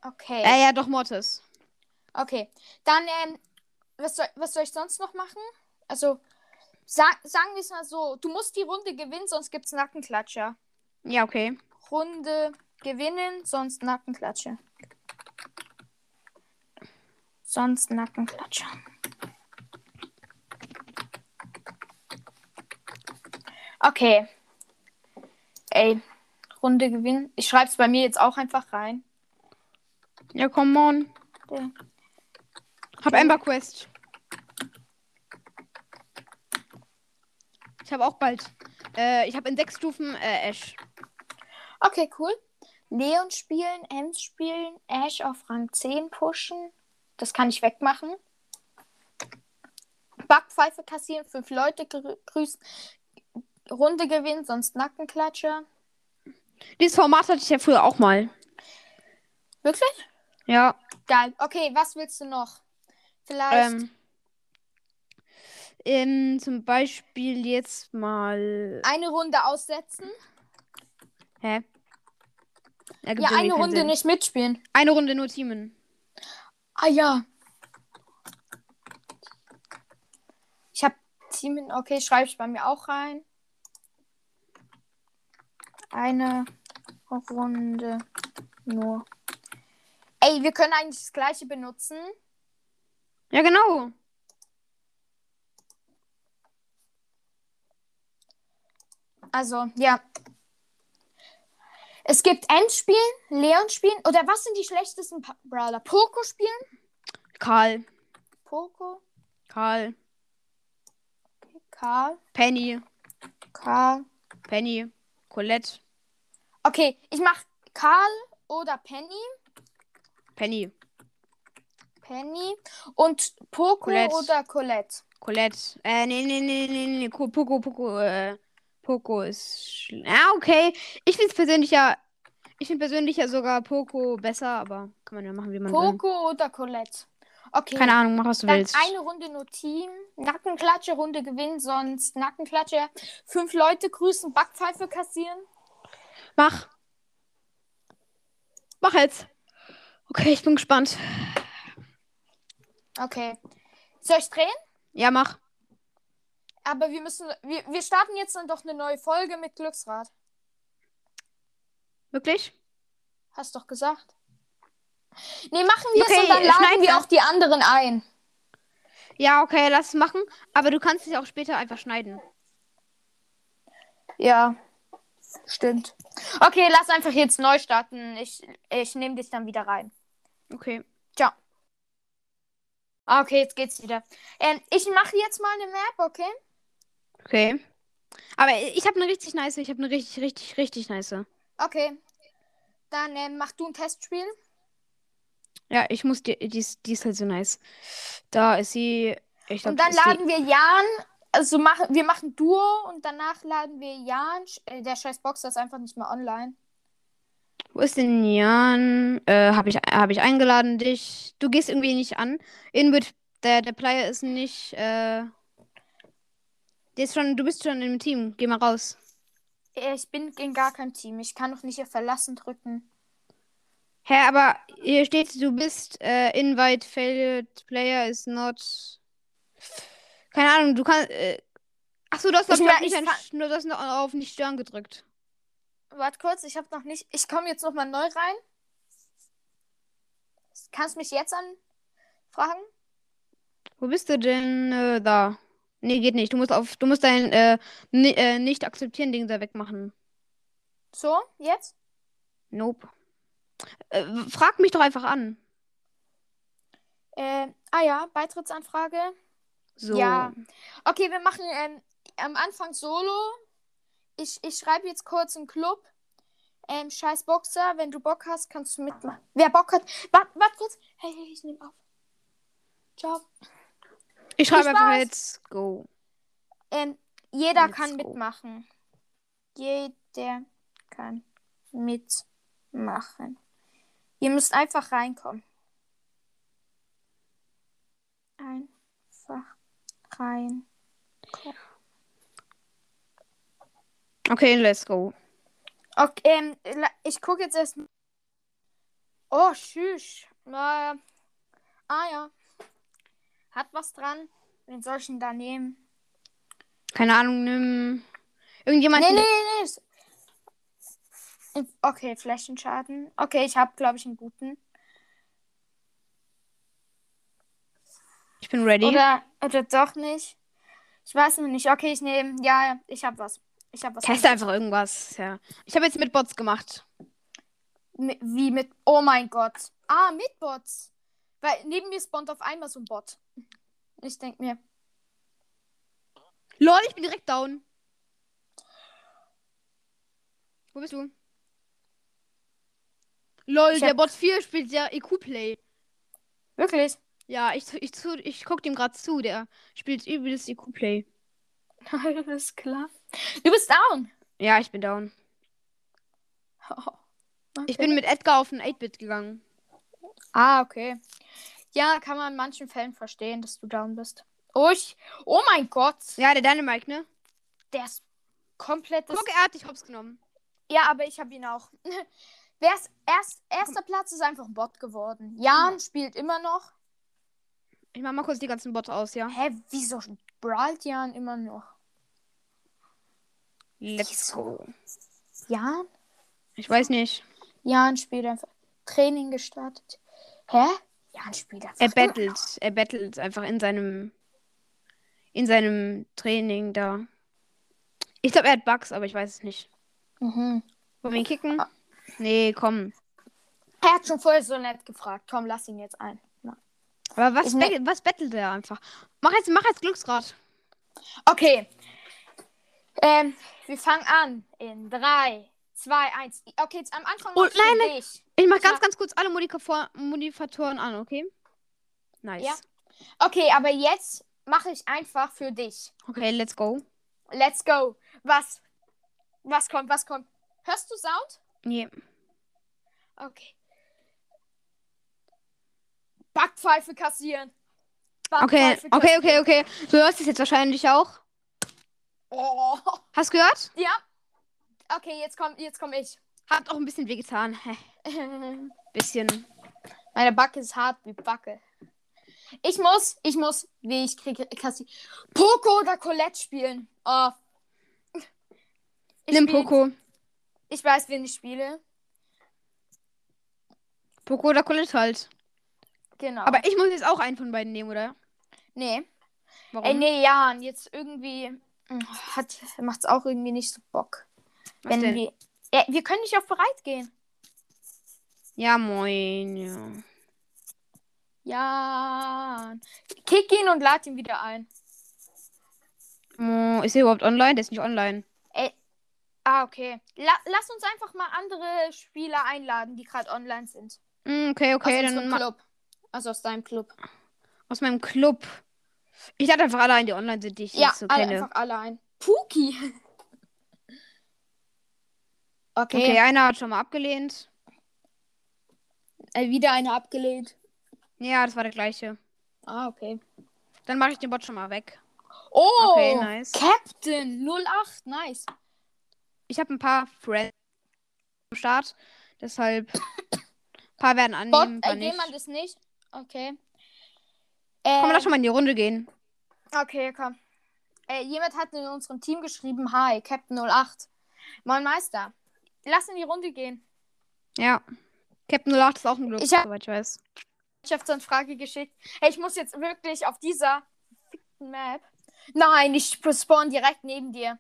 [SPEAKER 1] okay,
[SPEAKER 2] Äh, ja, doch Mortis.
[SPEAKER 1] okay. Dann, ähm, was soll, was soll ich sonst noch machen? Also, sa sagen wir es mal so. Du musst die Runde gewinnen, sonst gibt's Nackenklatscher.
[SPEAKER 2] Ja, okay.
[SPEAKER 1] Runde gewinnen, sonst Nackenklatsche. Sonst Nackenklatsche. Okay. Ey. Runde gewinnen. Ich schreibe es bei mir jetzt auch einfach rein.
[SPEAKER 2] Ja, come on.
[SPEAKER 1] Ja.
[SPEAKER 2] Hab Ember Quest. Ich habe auch bald. Äh, ich habe in sechs Stufen äh, Ash.
[SPEAKER 1] Okay, cool. Leon spielen, Ems spielen, Ash auf Rang 10 pushen. Das kann ich wegmachen. Backpfeife kassieren, fünf Leute grü- grüßen, Runde gewinnen, sonst Nackenklatsche.
[SPEAKER 2] Dieses Format hatte ich ja früher auch mal.
[SPEAKER 1] Wirklich?
[SPEAKER 2] Ja.
[SPEAKER 1] Geil. Okay, was willst du noch? Vielleicht.
[SPEAKER 2] Ähm, ähm, zum Beispiel jetzt mal.
[SPEAKER 1] Eine Runde aussetzen.
[SPEAKER 2] Hä? Da
[SPEAKER 1] Ja,
[SPEAKER 2] gibt's irgendwie
[SPEAKER 1] eine
[SPEAKER 2] keinen
[SPEAKER 1] Runde
[SPEAKER 2] Sinn.
[SPEAKER 1] nicht mitspielen.
[SPEAKER 2] Eine Runde nur teamen.
[SPEAKER 1] Ah ja. Ich habe Teamen. Okay, schreibe ich bei mir auch rein. Eine Runde nur. Ey, wir können eigentlich das gleiche benutzen.
[SPEAKER 2] Ja, genau.
[SPEAKER 1] Also, ja. Es gibt End spielen, Leon spielen oder was sind die schlechtesten Pa- Brawler? Poco spielen?
[SPEAKER 2] Karl.
[SPEAKER 1] Poco,
[SPEAKER 2] Karl.
[SPEAKER 1] Karl,
[SPEAKER 2] Penny.
[SPEAKER 1] Karl.
[SPEAKER 2] Penny. Colette.
[SPEAKER 1] Okay, ich mach Karl oder Penny.
[SPEAKER 2] Penny.
[SPEAKER 1] Penny und Poco
[SPEAKER 2] Colette.
[SPEAKER 1] oder Colette.
[SPEAKER 2] Colette. Äh, nee, nee, nee, nee, nee. Ko- Poco, Poco, äh, Poco ist. schl- Ja, okay. Ich find's persönlich ja. Ich find persönlich ja sogar Poco besser, aber kann man ja machen, wie man will.
[SPEAKER 1] Poco oder Colette. Okay.
[SPEAKER 2] Keine Ahnung, mach was du
[SPEAKER 1] Dann
[SPEAKER 2] willst.
[SPEAKER 1] eine Runde nur Team, Nackenklatsche, Runde gewinnen, sonst Nackenklatsche, fünf Leute grüßen, Backpfeife kassieren.
[SPEAKER 2] Mach. Mach jetzt. Okay, ich bin gespannt.
[SPEAKER 1] Okay. Soll ich drehen?
[SPEAKER 2] Ja, mach.
[SPEAKER 1] Aber wir müssen, wir, wir starten jetzt dann doch eine neue Folge mit Glücksrad.
[SPEAKER 2] Wirklich?
[SPEAKER 1] Hast doch gesagt. Nee, machen wir es
[SPEAKER 2] Okay,
[SPEAKER 1] und dann laden
[SPEAKER 2] schneiden
[SPEAKER 1] wir
[SPEAKER 2] wir.
[SPEAKER 1] auch die anderen ein.
[SPEAKER 2] Ja, okay, lass es machen. Aber du kannst es auch später einfach schneiden.
[SPEAKER 1] Ja, stimmt. Okay, lass einfach jetzt neu starten. Ich, ich nehme dich dann wieder rein.
[SPEAKER 2] Okay.
[SPEAKER 1] Ah, Okay, jetzt geht's wieder. Ähm, ich mache jetzt mal eine Map, okay?
[SPEAKER 2] Okay. Aber ich habe eine richtig nice. Ich habe eine richtig, richtig, richtig nice.
[SPEAKER 1] Okay. Dann ähm, mach du ein Testspiel.
[SPEAKER 2] Ja, ich muss dir. Die ist, die ist halt so nice. Da ist sie. Ich glaub,
[SPEAKER 1] und dann
[SPEAKER 2] das ist die-
[SPEAKER 1] laden wir Jan, also mach, wir machen Duo und danach laden wir Jan. sch- Äh, der scheiß Boxer ist einfach nicht mehr online.
[SPEAKER 2] Wo ist denn Jan? Äh, habe ich, hab ich eingeladen dich. Du gehst irgendwie nicht an. Inbit, der, der Player ist nicht. Äh, der ist schon, du bist schon im Team. Geh mal raus.
[SPEAKER 1] Äh, Ich bin in gar keinem Team. Ich kann noch nicht auf Verlassen drücken.
[SPEAKER 2] Hä, aber hier steht, du bist äh, invite failed player is not. Keine Ahnung, du kannst. Äh, Achso, du hast, glaub
[SPEAKER 1] Ich
[SPEAKER 2] ich, auf
[SPEAKER 1] mer-
[SPEAKER 2] nicht
[SPEAKER 1] ich
[SPEAKER 2] ein-
[SPEAKER 1] fa-
[SPEAKER 2] du hast noch auf nicht stören gedrückt.
[SPEAKER 1] Warte kurz, ich habe noch nicht. Ich komme jetzt nochmal neu rein. Kannst mich jetzt anfragen?
[SPEAKER 2] Wo bist du denn äh, da? Nee, geht nicht. Du musst auf, du musst dein äh, ni äh, nicht akzeptieren Ding da wegmachen.
[SPEAKER 1] So, jetzt?
[SPEAKER 2] Nope. Äh, frag mich doch einfach an.
[SPEAKER 1] Äh, ah ja, Beitrittsanfrage.
[SPEAKER 2] So.
[SPEAKER 1] Ja. Okay, wir machen ähm, am Anfang Solo. Ich, ich schreibe jetzt kurz im Club. Ähm, scheiß Boxer, wenn du Bock hast, kannst du mitmachen. Wer Bock hat. Warte wart kurz. Hey, hey, ich nehme auf. Ciao.
[SPEAKER 2] Ich schreibe
[SPEAKER 1] Viel
[SPEAKER 2] einfach
[SPEAKER 1] Spaß.
[SPEAKER 2] jetzt go.
[SPEAKER 1] Ähm, jeder
[SPEAKER 2] Let's
[SPEAKER 1] kann
[SPEAKER 2] go.
[SPEAKER 1] mitmachen. Jeder kann mitmachen. Ihr müsst einfach reinkommen. Einfach rein.
[SPEAKER 2] Okay, let's go.
[SPEAKER 1] Okay, ähm, la- ich gucke jetzt erst. Oh, tschüss. Na, ah ja. Hat was dran. Den soll ich denn da nehmen?
[SPEAKER 2] Keine Ahnung, nimm irgendjemand.
[SPEAKER 1] nee, nee, nee, nee. ist- Okay, Flächenschaden. Okay, ich habe, glaube ich, einen guten.
[SPEAKER 2] Ich bin ready.
[SPEAKER 1] Oder, oder doch nicht. Ich weiß noch nicht. Okay, ich nehme. Ja, ja, ich habe was. Ich habe was.
[SPEAKER 2] Teste einfach irgendwas, ja. Ich habe jetzt mit Bots gemacht.
[SPEAKER 1] Mi- Wie mit. Oh mein Gott. Ah, mit Bots. Weil neben mir spawnt auf einmal so ein Bot. Ich denke mir,
[SPEAKER 2] Lol, ich bin direkt down. Wo bist du? Lol,
[SPEAKER 1] Ich
[SPEAKER 2] der
[SPEAKER 1] hab-
[SPEAKER 2] Bot 4 spielt ja EQ-Play.
[SPEAKER 1] wirklich?
[SPEAKER 2] Ja, ich, ich, zu, ich guck dem gerade zu, der spielt übelst E EQ-Play.
[SPEAKER 1] Alles klar. Du bist down.
[SPEAKER 2] Ja, ich bin down.
[SPEAKER 1] Oh, okay.
[SPEAKER 2] Ich bin mit Edgar auf den 8-Bit gegangen.
[SPEAKER 1] Ah, okay. Ja, kann man in manchen Fällen verstehen, dass du down bist. Oh, ich, oh mein Gott.
[SPEAKER 2] Ja, der Dynamite, ne?
[SPEAKER 1] Der ist komplett.
[SPEAKER 2] Guck, er hat dich hops genommen.
[SPEAKER 1] Ja, aber ich habe ihn auch. Wer ist erst, erster Platz ist einfach ein Bot geworden. Jan spielt immer noch.
[SPEAKER 2] Ich mach mal kurz die ganzen Bots aus, ja?
[SPEAKER 1] Hä, wieso brawlt Jan immer noch?
[SPEAKER 2] Let's go.
[SPEAKER 1] Jan?
[SPEAKER 2] Ich weiß nicht.
[SPEAKER 1] Jan spielt einfach. Training gestartet. Hä? Jan spielt einfach.
[SPEAKER 2] Er
[SPEAKER 1] immer
[SPEAKER 2] bettelt. Er bettelt einfach in seinem. In seinem Training da. Ich glaube, er hat Bugs, aber ich weiß es nicht.
[SPEAKER 1] noch. Mhm.
[SPEAKER 2] Wollen wir ihn kicken?
[SPEAKER 1] Ah.
[SPEAKER 2] Nee, komm.
[SPEAKER 1] Er hat schon vorher so nett gefragt. Komm, lass ihn jetzt ein.
[SPEAKER 2] Aber was,
[SPEAKER 1] Ich ne-
[SPEAKER 2] bet- was bettelt er einfach? Mach jetzt, mach jetzt Glücksrad.
[SPEAKER 1] Okay. Ähm, wir fangen an. In 3, 2, 1. Okay, jetzt am Anfang.
[SPEAKER 2] Oh,
[SPEAKER 1] machst du
[SPEAKER 2] nein, nein.
[SPEAKER 1] dich.
[SPEAKER 2] Ich mach ganz,
[SPEAKER 1] Ja.
[SPEAKER 2] ganz kurz alle Modikafor- Modifatoren an, okay? Nice.
[SPEAKER 1] Ja. Okay, aber jetzt mache ich einfach für dich.
[SPEAKER 2] Okay, let's go.
[SPEAKER 1] Let's go. Was? Was kommt? Was kommt? Hörst du Sound?
[SPEAKER 2] Nee.
[SPEAKER 1] Okay. Backpfeife kassieren.
[SPEAKER 2] Okay,
[SPEAKER 1] Backpfeife
[SPEAKER 2] okay,
[SPEAKER 1] kassieren.
[SPEAKER 2] okay, okay. Du hörst es jetzt wahrscheinlich auch.
[SPEAKER 1] Oh.
[SPEAKER 2] Hast gehört?
[SPEAKER 1] Ja. Okay, jetzt komm, jetzt komm ich.
[SPEAKER 2] Hat auch ein bisschen wehgetan. Hä, bisschen.
[SPEAKER 1] Meine Backe ist hart wie Backe. Ich muss, ich muss, wie ich kriege, Kassi. Poco oder Colette spielen. Oh. Ich
[SPEAKER 2] Nimm
[SPEAKER 1] spiel-
[SPEAKER 2] Poco.
[SPEAKER 1] Ich weiß, wen ich spiele.
[SPEAKER 2] Poco oder Colette halt.
[SPEAKER 1] Genau.
[SPEAKER 2] Aber ich muss jetzt auch einen von beiden nehmen, oder?
[SPEAKER 1] nee.
[SPEAKER 2] Warum?
[SPEAKER 1] Ey, nee, Jan, jetzt irgendwie mm, hat, macht's auch irgendwie nicht so Bock.
[SPEAKER 2] Was
[SPEAKER 1] wenn
[SPEAKER 2] denn?
[SPEAKER 1] wir. Ja, wir können nicht auf bereit gehen.
[SPEAKER 2] Ja, moin. Ja.
[SPEAKER 1] Jan. Kick ihn und lad ihn wieder ein.
[SPEAKER 2] Mo- Ist er überhaupt online? Der ist nicht online.
[SPEAKER 1] Ey. Ah, okay. La lass uns einfach mal andere Spieler einladen, die gerade online sind.
[SPEAKER 2] Hm, Okay, okay,
[SPEAKER 1] aus
[SPEAKER 2] dann
[SPEAKER 1] unserem
[SPEAKER 2] ma-
[SPEAKER 1] Club. Also aus deinem Club.
[SPEAKER 2] aus meinem Club. Ich lade einfach alle ein, die online sind, die ich
[SPEAKER 1] Ja,
[SPEAKER 2] nicht so
[SPEAKER 1] alle,
[SPEAKER 2] kenne.
[SPEAKER 1] einfach alle ein. Puki. Okay,
[SPEAKER 2] Okay, einer hat schon mal abgelehnt.
[SPEAKER 1] Äh, wieder eine abgelehnt.
[SPEAKER 2] Ja, das war der gleiche.
[SPEAKER 1] Ah, okay.
[SPEAKER 2] Dann mache ich den Bot schon mal weg.
[SPEAKER 1] Oh,
[SPEAKER 2] Okay, nice.
[SPEAKER 1] Captain 08, nice.
[SPEAKER 2] Ich habe ein paar Friends am Start. Deshalb. Ein paar werden
[SPEAKER 1] Bot,
[SPEAKER 2] annehmen, ein paar
[SPEAKER 1] äh,
[SPEAKER 2] nicht.
[SPEAKER 1] jemand ist nicht. Okay.
[SPEAKER 2] Komm,
[SPEAKER 1] Ähm,
[SPEAKER 2] lass schon mal in die Runde gehen.
[SPEAKER 1] Okay, komm. Äh, jemand hat in unserem Team geschrieben, hi, Captain 08. Moin Meister. Lass in die Runde gehen.
[SPEAKER 2] Ja. Captain 08 ist auch ein Glück,
[SPEAKER 1] Ich hab-
[SPEAKER 2] soweit ich weiß.
[SPEAKER 1] Wirtschaftsanfrage geschickt. Hey, ich muss jetzt wirklich auf dieser verfickten Map. Nein, ich spawn direkt neben dir.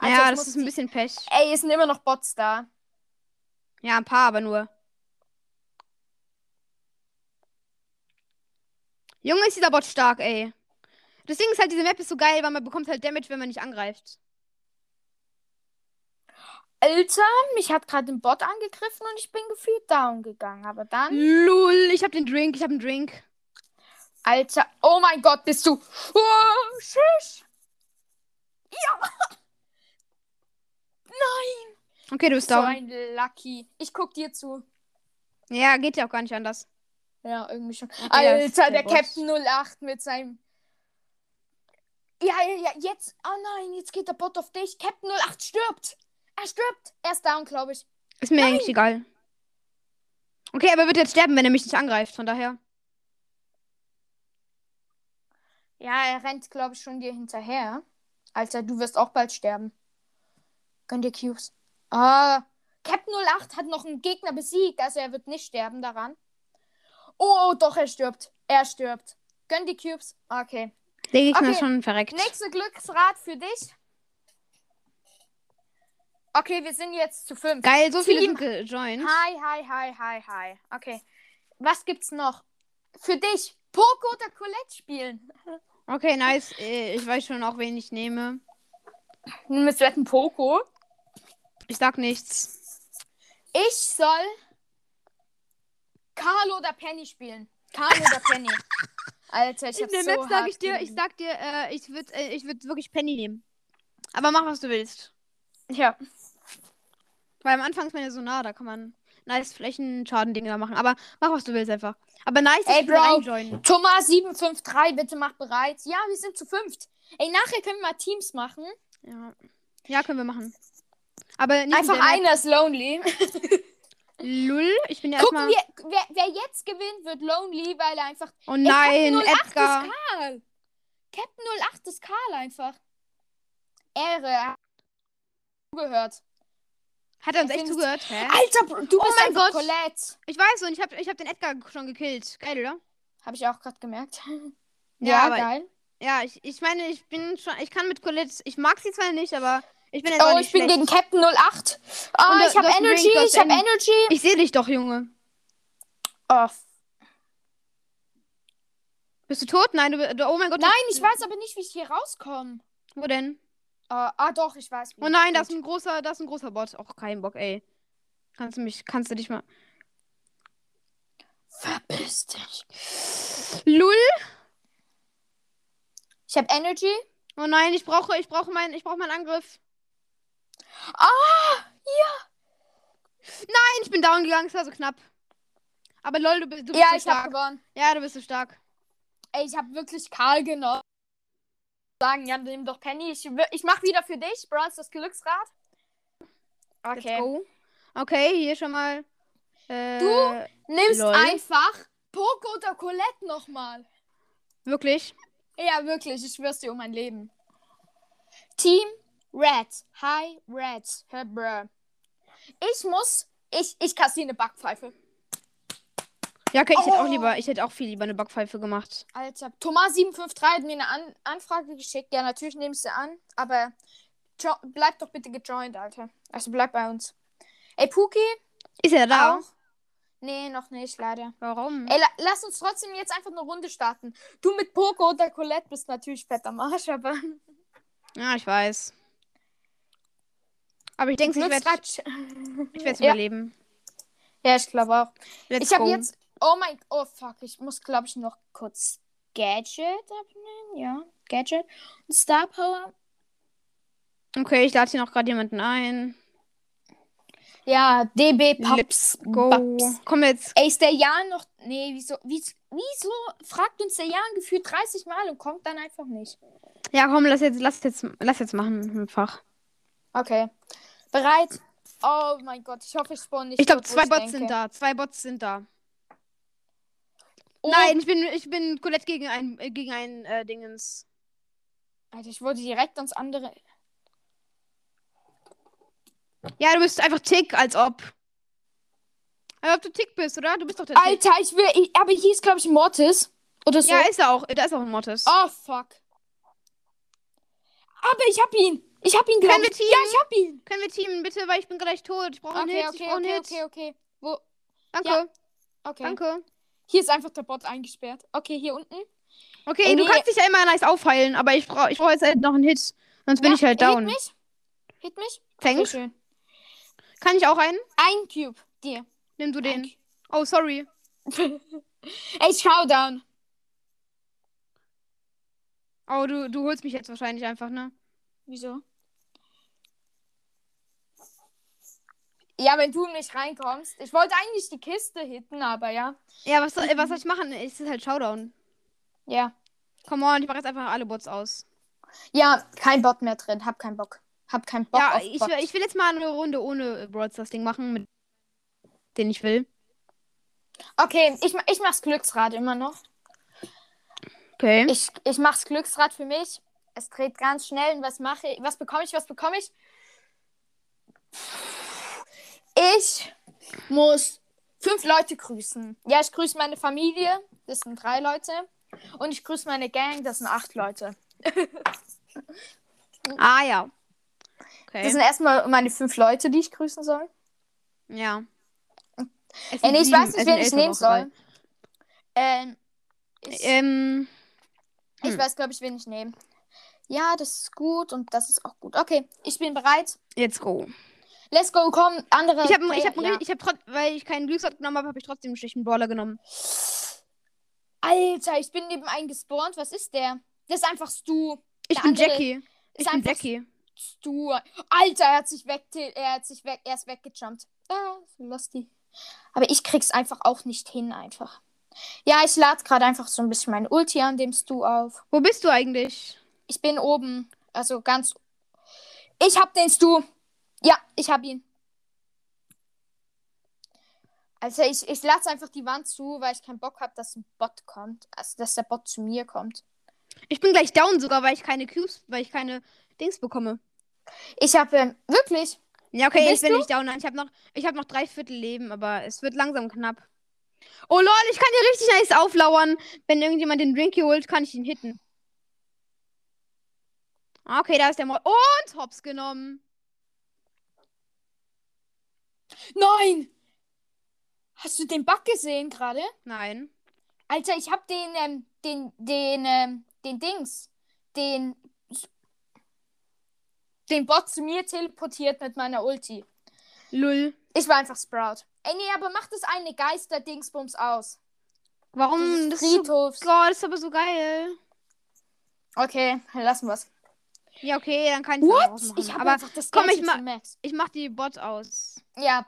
[SPEAKER 1] Also
[SPEAKER 2] ja,
[SPEAKER 1] ich
[SPEAKER 2] das
[SPEAKER 1] muss
[SPEAKER 2] ist ein
[SPEAKER 1] die-
[SPEAKER 2] bisschen Pech.
[SPEAKER 1] Ey, es sind immer noch Bots da.
[SPEAKER 2] Ja, ein paar, aber nur. Junge, ist dieser Bot stark, ey. Das Ding ist halt, diese Map ist so geil, weil man bekommt halt Damage, wenn man nicht angreift.
[SPEAKER 1] Alter, mich hat gerade ein Bot angegriffen und ich bin gefühlt down gegangen. Aber dann.
[SPEAKER 2] Mhm. Lul, ich hab den Drink, ich hab den Drink.
[SPEAKER 1] Alter, oh mein Gott, bist du. Oh, tschüss.
[SPEAKER 2] Okay, du bist
[SPEAKER 1] So
[SPEAKER 2] down.
[SPEAKER 1] ein Lucky. Ich guck dir zu.
[SPEAKER 2] Ja, geht ja auch gar nicht anders.
[SPEAKER 1] Ja, irgendwie schon.
[SPEAKER 2] der ist
[SPEAKER 1] Alter, der,
[SPEAKER 2] der Boss.
[SPEAKER 1] Captain 08 mit seinem. Ja, ja, ja, jetzt. Oh nein, jetzt geht der Bot auf dich. Captain 08 stirbt. Er stirbt. Er ist down, glaube ich.
[SPEAKER 2] Ist mir eigentlich egal. Okay, aber er wird jetzt sterben, wenn er mich nicht angreift, von daher.
[SPEAKER 1] Ja, er rennt, glaube ich, schon dir hinterher. Alter, du wirst auch bald sterben. Gönn dir Cubes. Ah, Captain 08 hat noch einen Gegner besiegt, also er wird nicht sterben daran. Oh, doch, er stirbt. Er stirbt. Gönn die Cubes. Okay.
[SPEAKER 2] Der Gegner
[SPEAKER 1] Okay,
[SPEAKER 2] ist schon verreckt.
[SPEAKER 1] Nächste Glücksrad für dich. Okay, wir sind jetzt zu fünf.
[SPEAKER 2] Geil, so viele
[SPEAKER 1] Team.
[SPEAKER 2] sind gejoint.
[SPEAKER 1] Hi, hi, hi, hi, hi. Okay. Was gibt's noch? Für dich. Poco oder Colette spielen.
[SPEAKER 2] Okay, nice. Äh, Ich weiß schon auch, wen ich nehme.
[SPEAKER 1] Mit wetten Poco.
[SPEAKER 2] Ich sag nichts.
[SPEAKER 1] Ich soll Carlo oder Penny spielen. Carlo oder Penny. Alter, ich
[SPEAKER 2] In
[SPEAKER 1] hab's
[SPEAKER 2] der
[SPEAKER 1] so
[SPEAKER 2] Map sag
[SPEAKER 1] hart
[SPEAKER 2] ich dir, ich
[SPEAKER 1] gegen-
[SPEAKER 2] sag dir, äh, ich würde äh, ich würd wirklich Penny nehmen. Aber mach, was du willst.
[SPEAKER 1] Ja.
[SPEAKER 2] Weil am Anfang ist man ja so nah, da kann man nice Flächenschaden-Dinger machen. Aber mach, was du willst einfach. Aber nice,
[SPEAKER 1] Ey,
[SPEAKER 2] ich will
[SPEAKER 1] Bro.
[SPEAKER 2] reinjoinen.
[SPEAKER 1] Thomas 753, bitte mach bereit. Ja, wir sind zu fünft. Ey, nachher können wir mal Teams machen.
[SPEAKER 2] Ja. ja, können wir machen. Aber nicht
[SPEAKER 1] Einfach
[SPEAKER 2] mit der Map.
[SPEAKER 1] einer ist lonely.
[SPEAKER 2] Lull, ich bin ja
[SPEAKER 1] Gucken
[SPEAKER 2] erstmal.
[SPEAKER 1] wir, wer, wer jetzt gewinnt, wird lonely, weil er einfach.
[SPEAKER 2] Oh
[SPEAKER 1] Ich hab
[SPEAKER 2] nein,
[SPEAKER 1] 08 ist
[SPEAKER 2] Edgar.
[SPEAKER 1] Karl. Captain 08 ist Karl einfach. Ehre. er hat Zugehört.
[SPEAKER 2] Hat er uns
[SPEAKER 1] Ich
[SPEAKER 2] echt
[SPEAKER 1] find's-
[SPEAKER 2] zugehört? Hä?
[SPEAKER 1] Alter, Bro, du
[SPEAKER 2] Oh
[SPEAKER 1] bist
[SPEAKER 2] mein
[SPEAKER 1] einfach
[SPEAKER 2] Gott.
[SPEAKER 1] Colette.
[SPEAKER 2] Ich weiß und ich habe ich hab den Edgar schon gekillt. Geil, oder?
[SPEAKER 1] Habe ich auch gerade gemerkt.
[SPEAKER 2] Ja, aber-
[SPEAKER 1] geil.
[SPEAKER 2] Ja, ich, ich meine, ich bin schon. Ich kann mit Colette. Ich mag sie zwar nicht, aber ich bin jetzt auch
[SPEAKER 1] Oh,
[SPEAKER 2] nicht
[SPEAKER 1] ich bin
[SPEAKER 2] schlecht.
[SPEAKER 1] gegen Captain 08. Ah,
[SPEAKER 2] Und du-
[SPEAKER 1] ich habe
[SPEAKER 2] du hast einen
[SPEAKER 1] Energy,
[SPEAKER 2] Ring, du hast
[SPEAKER 1] ich habe
[SPEAKER 2] einen-
[SPEAKER 1] Energy.
[SPEAKER 2] Ich sehe dich doch, Junge.
[SPEAKER 1] Oh,
[SPEAKER 2] Bist du tot? Nein, du, du Oh mein Gott.
[SPEAKER 1] nein, ich weiß aber nicht, wie ich hier rauskomme.
[SPEAKER 2] Wo denn?
[SPEAKER 1] Ah, ah, doch, ich weiß. wie.
[SPEAKER 2] Oh nein, das ist
[SPEAKER 1] Gut.
[SPEAKER 2] ein großer, das ist ein großer Bot. Auch kein Bock, ey. Kannst du mich, kannst du dich mal.
[SPEAKER 1] Verpiss dich.
[SPEAKER 2] Lul?
[SPEAKER 1] Ich habe Energy.
[SPEAKER 2] Oh nein, ich brauche, ich brauche meinen, ich brauche meinen Angriff.
[SPEAKER 1] Ah,
[SPEAKER 2] ja. Nein, ich bin down gegangen, es war so knapp. Aber lol, du bist, du bist
[SPEAKER 1] Ja,
[SPEAKER 2] so
[SPEAKER 1] ich habe
[SPEAKER 2] stark.
[SPEAKER 1] gewonnen.
[SPEAKER 2] Ja, du bist so stark.
[SPEAKER 1] Ey, ich habe wirklich Karl genommen. Sagen, ja, nimm doch Penny. Ich, wür- ich mache wieder für dich. Bro, ist das Glücksrad.
[SPEAKER 2] Let's
[SPEAKER 1] Okay.
[SPEAKER 2] go. Okay, hier schon mal. Äh,
[SPEAKER 1] Du? Nimmst
[SPEAKER 2] Lol.
[SPEAKER 1] einfach Poco oder Colette nochmal.
[SPEAKER 2] Wirklich?
[SPEAKER 1] Ja, wirklich. Ich schwör's dir um mein Leben. Team Red. Hi, Red. Hä, bruh. Ich muss. Ich, ich kassiere eine Backpfeife.
[SPEAKER 2] Ja, okay, ich hätte auch
[SPEAKER 1] Oh.
[SPEAKER 2] lieber, ich hätte auch viel lieber eine Backpfeife gemacht.
[SPEAKER 1] Alter, Thomas753 hat mir eine An Anfrage geschickt. Ja, natürlich nehme ich sie an, aber jo- bleib doch bitte gejoint, Alter. Also bleib bei uns. Ey, Puki,
[SPEAKER 2] Ist er da?
[SPEAKER 1] auch? Nee, noch nicht, leider.
[SPEAKER 2] Warum?
[SPEAKER 1] Ey, la lass uns trotzdem jetzt einfach eine Runde starten. Du mit Poco oder Colette bist natürlich fett am Arsch, aber.
[SPEAKER 2] Ja, ich weiß. Aber ich denke, ich werde
[SPEAKER 1] Glücksratsch.
[SPEAKER 2] ich werd's
[SPEAKER 1] Ja.
[SPEAKER 2] überleben.
[SPEAKER 1] Ja, ich glaube auch.
[SPEAKER 2] Let's
[SPEAKER 1] ich habe
[SPEAKER 2] go.
[SPEAKER 1] jetzt. Oh mein. Oh fuck, ich muss, glaube ich, noch kurz Gadget abnehmen. Ja, Gadget. Und Star Power.
[SPEAKER 2] Okay, ich lade hier noch gerade jemanden ein.
[SPEAKER 1] Ja, DB Pops.
[SPEAKER 2] Let's Go.
[SPEAKER 1] Baps.
[SPEAKER 2] Komm jetzt.
[SPEAKER 1] Ey, ist der Jan noch. Nee, wieso, wieso, wieso fragt uns der Jan gefühlt 30 Mal und kommt dann einfach nicht?
[SPEAKER 2] Ja, komm, lass jetzt, lass jetzt, lass jetzt machen einfach.
[SPEAKER 1] Okay. Bereit? Oh mein Gott, ich hoffe, ich spawn nicht.
[SPEAKER 2] Ich glaube,
[SPEAKER 1] dort, wo
[SPEAKER 2] zwei Bots
[SPEAKER 1] denke.
[SPEAKER 2] sind da. Zwei Bots sind da.
[SPEAKER 1] Oh,
[SPEAKER 2] Nein, ich bin, ich bin Colette gegen ein, äh, gegen ein äh, Dingens.
[SPEAKER 1] Alter, ich wurde direkt ans andere.
[SPEAKER 2] Ja, du bist einfach Tick, als ob. Als ob du Tick bist, oder? Du bist doch der Tick.
[SPEAKER 1] Alter, ich will. Ich, aber hier ist, glaube ich, Mortis. Oder so.
[SPEAKER 2] Ja, ist er auch. Da ist auch ein Mortis.
[SPEAKER 1] Oh, fuck. Aber ich hab ihn. Ich hab ihn,
[SPEAKER 2] Können
[SPEAKER 1] glaube
[SPEAKER 2] wir
[SPEAKER 1] ich.
[SPEAKER 2] teamen?
[SPEAKER 1] Ja, ich hab ihn.
[SPEAKER 2] Können wir teamen, bitte? Weil ich bin gleich tot. Ich brauche einen
[SPEAKER 1] Okay,
[SPEAKER 2] Hit. ich
[SPEAKER 1] okay,
[SPEAKER 2] brauche einen
[SPEAKER 1] okay, okay,
[SPEAKER 2] Hit.
[SPEAKER 1] okay. Wo?
[SPEAKER 2] Danke,
[SPEAKER 1] Ja, Okay.
[SPEAKER 2] danke.
[SPEAKER 1] Hier ist einfach der Bot eingesperrt. Okay, hier unten.
[SPEAKER 2] Okay,
[SPEAKER 1] Ey,
[SPEAKER 2] du
[SPEAKER 1] nee.
[SPEAKER 2] kannst dich ja immer nice aufheilen, aber ich brauche ich brauch jetzt halt noch einen Hit. Sonst bin
[SPEAKER 1] Ja,
[SPEAKER 2] ich halt down.
[SPEAKER 1] Hit mich. Hit mich. Sehr
[SPEAKER 2] Thanks.
[SPEAKER 1] schön.
[SPEAKER 2] Kann ich auch einen?
[SPEAKER 1] Ein Cube. Dir.
[SPEAKER 2] Nimm du den.
[SPEAKER 1] Ein
[SPEAKER 2] Oh, sorry.
[SPEAKER 1] Ey, Showdown.
[SPEAKER 2] Oh, du, du holst mich jetzt wahrscheinlich einfach, ne?
[SPEAKER 1] Wieso? Ja, wenn du nicht reinkommst. Ich wollte eigentlich die Kiste hitten, aber ja.
[SPEAKER 2] Ja, was, soll- äh, was soll ich machen? Es ist halt Showdown.
[SPEAKER 1] Ja.
[SPEAKER 2] Come on, ich mache jetzt einfach alle Bots aus.
[SPEAKER 1] Ja, kein Bot mehr drin. Hab keinen Bock. Hab keinen Bock
[SPEAKER 2] ja,
[SPEAKER 1] auf
[SPEAKER 2] ich,
[SPEAKER 1] Bot.
[SPEAKER 2] will- ich will jetzt mal eine Runde ohne äh, Brawl Stars Ding machen, mit den ich will.
[SPEAKER 1] Okay, ich, ma- ich mach's Glücksrad immer noch.
[SPEAKER 2] Okay.
[SPEAKER 1] Ich, ich mach's Glücksrad für mich. Es dreht ganz schnell. Und was mache ich? Was bekomme ich? Was bekomme ich? Ich muss fünf Leute grüßen. Ja, ich grüße meine Familie. Das sind drei Leute. Und ich grüße meine Gang. Das sind acht Leute.
[SPEAKER 2] Ah ja.
[SPEAKER 1] Das
[SPEAKER 2] Okay.
[SPEAKER 1] sind erstmal meine fünf Leute, die ich grüßen soll.
[SPEAKER 2] Ja. Es
[SPEAKER 1] Äh,
[SPEAKER 2] sind
[SPEAKER 1] nee, ich
[SPEAKER 2] sieben,
[SPEAKER 1] weiß
[SPEAKER 2] es
[SPEAKER 1] nicht, wen
[SPEAKER 2] sind
[SPEAKER 1] ich
[SPEAKER 2] elf
[SPEAKER 1] nehmen
[SPEAKER 2] auf Auswahl.
[SPEAKER 1] soll. Ähm, ich,
[SPEAKER 2] Ähm,
[SPEAKER 1] ich
[SPEAKER 2] hm.
[SPEAKER 1] weiß, glaube ich, wen ich nehme. Ja, das ist gut und das ist auch gut. Okay, ich bin bereit.
[SPEAKER 2] let's go.
[SPEAKER 1] Let's go, komm, andere.
[SPEAKER 2] Ich habe ich
[SPEAKER 1] Play-
[SPEAKER 2] hab,
[SPEAKER 1] ja.
[SPEAKER 2] ich hab trotz, weil ich keinen Glücksrad genommen habe, habe ich trotzdem einen schlechten Brawler genommen.
[SPEAKER 1] Alter, ich bin neben einem gespawnt. Was ist der? Das ist einfach Stu.
[SPEAKER 2] Ich
[SPEAKER 1] Der
[SPEAKER 2] bin
[SPEAKER 1] andere
[SPEAKER 2] Jackie. Ich bin
[SPEAKER 1] einfach
[SPEAKER 2] Jackie.
[SPEAKER 1] Stu. Alter, er hat sich weg, er hat sich weg, er ist weggejumpt. Ah, so lusty. Aber ich krieg's einfach auch nicht hin, einfach. Ja, ich lade gerade einfach so ein bisschen mein Ulti an dem Stu auf.
[SPEAKER 2] Wo bist du eigentlich?
[SPEAKER 1] Ich bin oben, also ganz. Ich hab den Stu. Ja, ich hab ihn. Also ich, ich lasse einfach die Wand zu, weil ich keinen Bock hab, dass ein Bot kommt. Also dass der Bot zu mir kommt.
[SPEAKER 2] Ich bin gleich down sogar, weil ich keine Cubes, weil ich keine Dings bekomme.
[SPEAKER 1] Ich habe ähm, wirklich.
[SPEAKER 2] Ja, okay, ich
[SPEAKER 1] Bist
[SPEAKER 2] bin
[SPEAKER 1] du?
[SPEAKER 2] nicht down. Nein, ich habe noch, ich hab noch drei Viertel Leben, aber es wird langsam knapp. Oh lol, ich kann hier richtig nice auflauern. Wenn irgendjemand den Drinky holt, kann ich ihn hitten. Ah, Okay, da ist der Mord. Und hops genommen.
[SPEAKER 1] Nein! Hast du den Bug gesehen gerade?
[SPEAKER 2] Nein.
[SPEAKER 1] Alter, ich hab den, ähm, den, den, ähm, den Dings, den, den Bot zu mir teleportiert mit meiner Ulti.
[SPEAKER 2] Lull.
[SPEAKER 1] Ich war einfach Sprout. Ey, nee, aber mach das eine Geister-Dingsbums aus.
[SPEAKER 2] Warum?
[SPEAKER 1] Dieses
[SPEAKER 2] Das ist so,
[SPEAKER 1] Friedhofs.
[SPEAKER 2] Gott, das ist aber so geil.
[SPEAKER 1] Okay, lassen wir's.
[SPEAKER 2] Ja, okay, dann kann ich
[SPEAKER 1] What?
[SPEAKER 2] auch
[SPEAKER 1] Ich hab
[SPEAKER 2] aber
[SPEAKER 1] einfach das
[SPEAKER 2] komm,
[SPEAKER 1] Gleiche
[SPEAKER 2] ich ma-
[SPEAKER 1] zu Max.
[SPEAKER 2] ich mach die Bots aus.
[SPEAKER 1] Ja,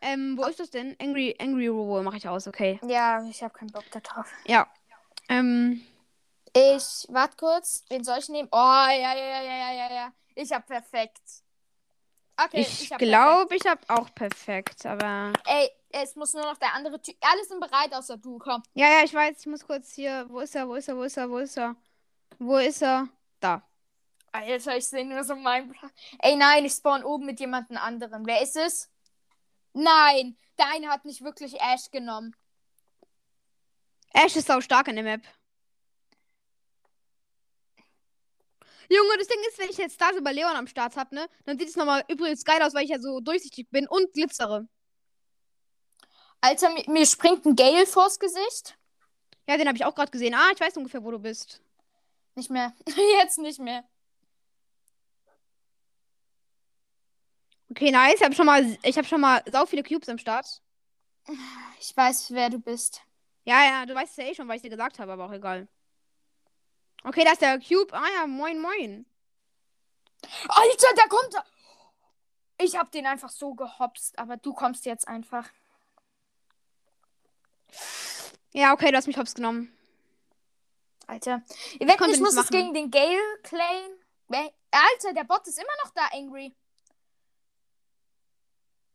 [SPEAKER 2] Ähm,
[SPEAKER 1] Ah.
[SPEAKER 2] wo ist das denn? Angry, Angry Robo mache ich aus, okay.
[SPEAKER 1] ja, ich hab keinen Bock da drauf.
[SPEAKER 2] Ja. Ähm,
[SPEAKER 1] Ich, warte kurz. Wen soll ich nehmen? Oh, ja, ja, ja, ja, ja, ja, ja. Ich hab perfekt. Okay, ich,
[SPEAKER 2] ich
[SPEAKER 1] hab
[SPEAKER 2] glaube, ich habe auch perfekt, aber.
[SPEAKER 1] perfekt. Ey, es muss nur noch der andere Typ. Alle sind bereit, außer du. Komm.
[SPEAKER 2] Ja, ja, ich weiß, ich muss kurz hier. Wo ist er? Wo ist er? Wo ist er? Wo ist er? Wo ist er? Da.
[SPEAKER 1] Alter, ich sehe nur so meinen Plan. Ey, nein, ich spawn oben mit jemandem anderen. Wer ist es? Nein, der eine hat nicht wirklich Ash genommen.
[SPEAKER 2] Ash ist auch stark in der Map. Junge, das Ding ist, wenn ich jetzt Stars über Leon am Start habe, ne, dann sieht es nochmal übrigens geil aus, weil ich ja so durchsichtig bin und glitzere.
[SPEAKER 1] Alter, mir, mir springt ein Gale vors Gesicht.
[SPEAKER 2] Ja, den habe ich auch gerade gesehen. Ah, ich weiß ungefähr, wo du bist.
[SPEAKER 1] Nicht mehr. Jetzt nicht mehr.
[SPEAKER 2] Okay, nice. Ich habe schon mal, ich habe schon mal sau viele Cubes am Start.
[SPEAKER 1] Ich weiß, wer du bist.
[SPEAKER 2] Ja, ja, du weißt es ja eh schon, weil ich dir gesagt habe, aber auch egal. Okay, da ist der Cube. Ah ja, moin, moin.
[SPEAKER 1] Alter, da kommt er. Ich hab den einfach so gehopst, aber du kommst jetzt einfach.
[SPEAKER 2] Ja, okay, du hast mich hops genommen.
[SPEAKER 1] Alter. Ihr werdet
[SPEAKER 2] konnte
[SPEAKER 1] nicht, muss
[SPEAKER 2] nichts
[SPEAKER 1] es
[SPEAKER 2] machen.
[SPEAKER 1] gegen den Gale claim. Wer- Alter, der Bot ist immer noch da, Angry.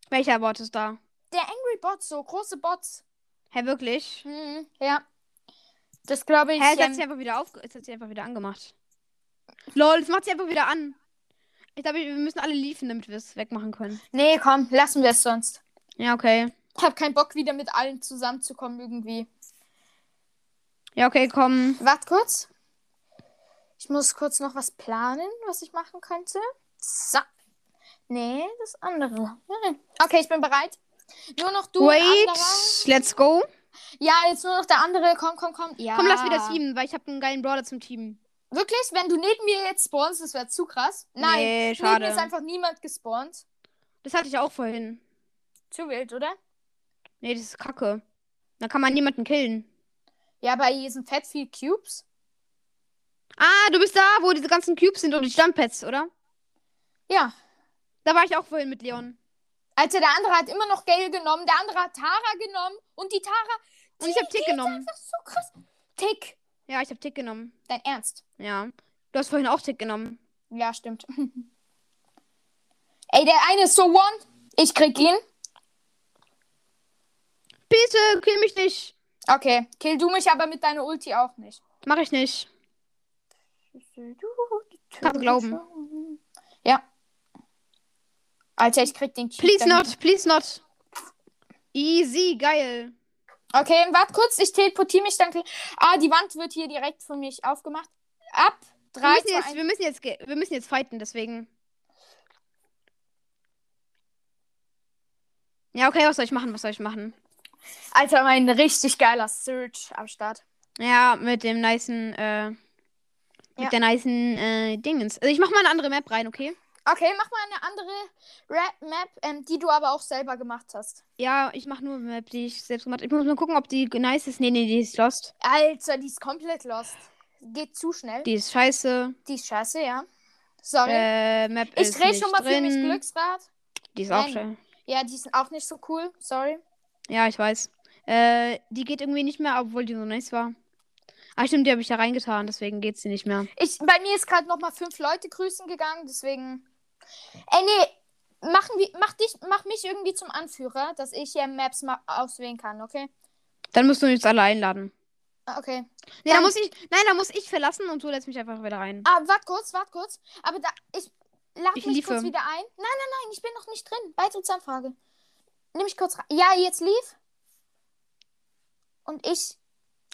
[SPEAKER 2] Welcher Bot ist da?
[SPEAKER 1] Der Angry Bot, so große Bots.
[SPEAKER 2] Hä, wirklich?
[SPEAKER 1] Mhm, ja. Das glaube ich.
[SPEAKER 2] Hä, es hat
[SPEAKER 1] ähm,
[SPEAKER 2] sich einfach wieder auf, es hat sich einfach wieder angemacht. Lol, es macht sich einfach wieder an. Ich glaube, wir müssen alle liefen, damit wir es wegmachen können.
[SPEAKER 1] nee, komm, lassen wir es sonst.
[SPEAKER 2] Ja, okay.
[SPEAKER 1] Ich habe keinen Bock, wieder mit allen zusammenzukommen irgendwie.
[SPEAKER 2] Ja, okay, komm.
[SPEAKER 1] Warte kurz. Ich muss kurz noch was planen, was ich machen könnte. So. Nee, das andere. Nein. Okay, ich bin bereit. Nur noch du. und
[SPEAKER 2] Wait,
[SPEAKER 1] anderer.
[SPEAKER 2] let's go.
[SPEAKER 1] Ja, jetzt nur noch der andere. Komm, komm, komm. Ja.
[SPEAKER 2] Komm, lass wieder teamen, weil ich habe einen geilen Brawler zum Teamen.
[SPEAKER 1] Wirklich? Wenn du neben mir jetzt spawnst, das wäre zu krass. Nein.
[SPEAKER 2] Nee,
[SPEAKER 1] neben mir ist
[SPEAKER 2] schade.
[SPEAKER 1] einfach niemand gespawnt.
[SPEAKER 2] Das hatte ich auch vorhin.
[SPEAKER 1] Zu wild, oder?
[SPEAKER 2] Nee, das ist kacke. Da kann man niemanden killen.
[SPEAKER 1] Ja, bei diesen Fat viel Cubes.
[SPEAKER 2] Ah, du bist da, wo diese ganzen Cubes sind und die Stammpads, oder?
[SPEAKER 1] Ja.
[SPEAKER 2] Da war ich auch vorhin mit Leon.
[SPEAKER 1] Also der andere hat immer noch Gale genommen, der andere hat Tara genommen und die Tara
[SPEAKER 2] Und ich habe Tick genommen.
[SPEAKER 1] einfach so krass. Tick,
[SPEAKER 2] Ja, ich habe Tick genommen.
[SPEAKER 1] dein Ernst?
[SPEAKER 2] Ja. Du hast vorhin auch Tick genommen.
[SPEAKER 1] Ja, stimmt. Ey, der eine ist so one. Ich krieg ihn.
[SPEAKER 2] Bitte, kill mich nicht.
[SPEAKER 1] Okay, kill du mich aber mit deiner Ulti auch nicht.
[SPEAKER 2] Mach ich nicht. Kannst du glauben.
[SPEAKER 1] Ja. Alter, ich krieg den Cheat
[SPEAKER 2] Please
[SPEAKER 1] dann.
[SPEAKER 2] not, please not. Easy, geil.
[SPEAKER 1] Okay, warte kurz, ich teleportiere mich dann. gl- Ah, die Wand wird hier direkt von mir aufgemacht. Ab.
[SPEAKER 2] Wir
[SPEAKER 1] 3,
[SPEAKER 2] müssen,
[SPEAKER 1] 2,
[SPEAKER 2] jetzt,
[SPEAKER 1] 1.
[SPEAKER 2] wir, müssen jetzt, ge- wir müssen jetzt fighten, deswegen. Ja, okay, was soll ich machen? Was soll ich machen?
[SPEAKER 1] Alter, mein richtig geiler Search am Start.
[SPEAKER 2] Ja, mit dem nicen, äh,
[SPEAKER 1] Ja.
[SPEAKER 2] mit der nicen, äh, Dingens. Also ich mach mal eine andere Map rein, okay?
[SPEAKER 1] Okay, mach mal eine andere Rap Map, ähm, die du aber auch selber gemacht hast.
[SPEAKER 2] Ja, ich mach nur eine Map, die ich selbst gemacht Ich muss mal gucken, ob die nice ist. Nee, nee, die ist lost.
[SPEAKER 1] Alter, die ist komplett lost. Geht zu schnell. Die,
[SPEAKER 2] Die ist scheiße.
[SPEAKER 1] ist scheiße, ja. Sorry.
[SPEAKER 2] Äh, Map
[SPEAKER 1] ich
[SPEAKER 2] ist
[SPEAKER 1] drehe
[SPEAKER 2] nicht
[SPEAKER 1] schon mal für
[SPEAKER 2] drin.
[SPEAKER 1] mich Glücksrad.
[SPEAKER 2] Die ist auch
[SPEAKER 1] Nein.
[SPEAKER 2] scheiße.
[SPEAKER 1] Ja, die sind auch nicht so cool. Sorry.
[SPEAKER 2] Ja, ich weiß. Äh, die geht irgendwie nicht mehr, obwohl die so nice war. Ah, stimmt, die habe ich da reingetan, deswegen geht sie nicht mehr.
[SPEAKER 1] Ich, bei mir ist gerade nochmal fünf Leute grüßen gegangen, deswegen. Ey, nee. Machen wir, mach, dich, mach mich irgendwie zum Anführer, dass ich hier Maps mal auswählen kann, okay?
[SPEAKER 2] Dann musst du uns alle einladen.
[SPEAKER 1] Ah, Okay.
[SPEAKER 2] Nee, da
[SPEAKER 1] Dann-
[SPEAKER 2] muss ich, nein, da muss ich verlassen und du lässt mich einfach wieder rein.
[SPEAKER 1] Ah, warte kurz, warte kurz. Aber da, ich lade mich
[SPEAKER 2] Ich liefe.
[SPEAKER 1] kurz wieder ein. Nein, nein, nein, ich bin noch nicht drin. Beitrittsanfrage. Nimm mich kurz rein. Ja, jetzt lief. Und ich.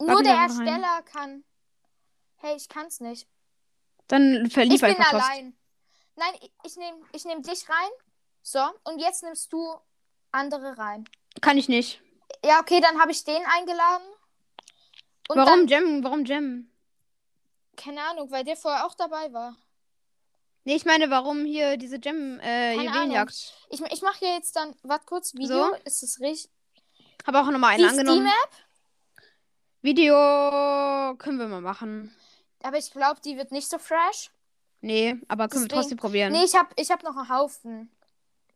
[SPEAKER 1] Nur
[SPEAKER 2] Warte,
[SPEAKER 1] der
[SPEAKER 2] ich lade rein.
[SPEAKER 1] Ersteller kann. Hey, ich kann's nicht.
[SPEAKER 2] Dann
[SPEAKER 1] Ich
[SPEAKER 2] verlief
[SPEAKER 1] bin
[SPEAKER 2] einfach fast.
[SPEAKER 1] allein. Nein, ich- ich nehme ich nehm dich rein. So, und jetzt nimmst du andere rein.
[SPEAKER 2] Kann ich nicht.
[SPEAKER 1] Ja, okay, dann habe ich den eingeladen. Und
[SPEAKER 2] warum
[SPEAKER 1] Dann,
[SPEAKER 2] Jam? Warum Jam?
[SPEAKER 1] keine Ahnung, weil der vorher auch dabei war.
[SPEAKER 2] Nee, ich meine, warum hier diese Jam, äh,
[SPEAKER 1] Keine
[SPEAKER 2] Juwelenjagd?
[SPEAKER 1] Ich, ich mache hier jetzt dann, warte kurz, Video,
[SPEAKER 2] So.
[SPEAKER 1] ist es richtig?
[SPEAKER 2] Habe auch nochmal einen
[SPEAKER 1] Die
[SPEAKER 2] angenommen.
[SPEAKER 1] Steam-App,
[SPEAKER 2] Video können wir mal machen.
[SPEAKER 1] aber ich glaube, die wird nicht so fresh.
[SPEAKER 2] Nee, aber können
[SPEAKER 1] Deswegen-
[SPEAKER 2] wir trotzdem probieren.
[SPEAKER 1] Nee, ich habe ich hab noch einen Haufen.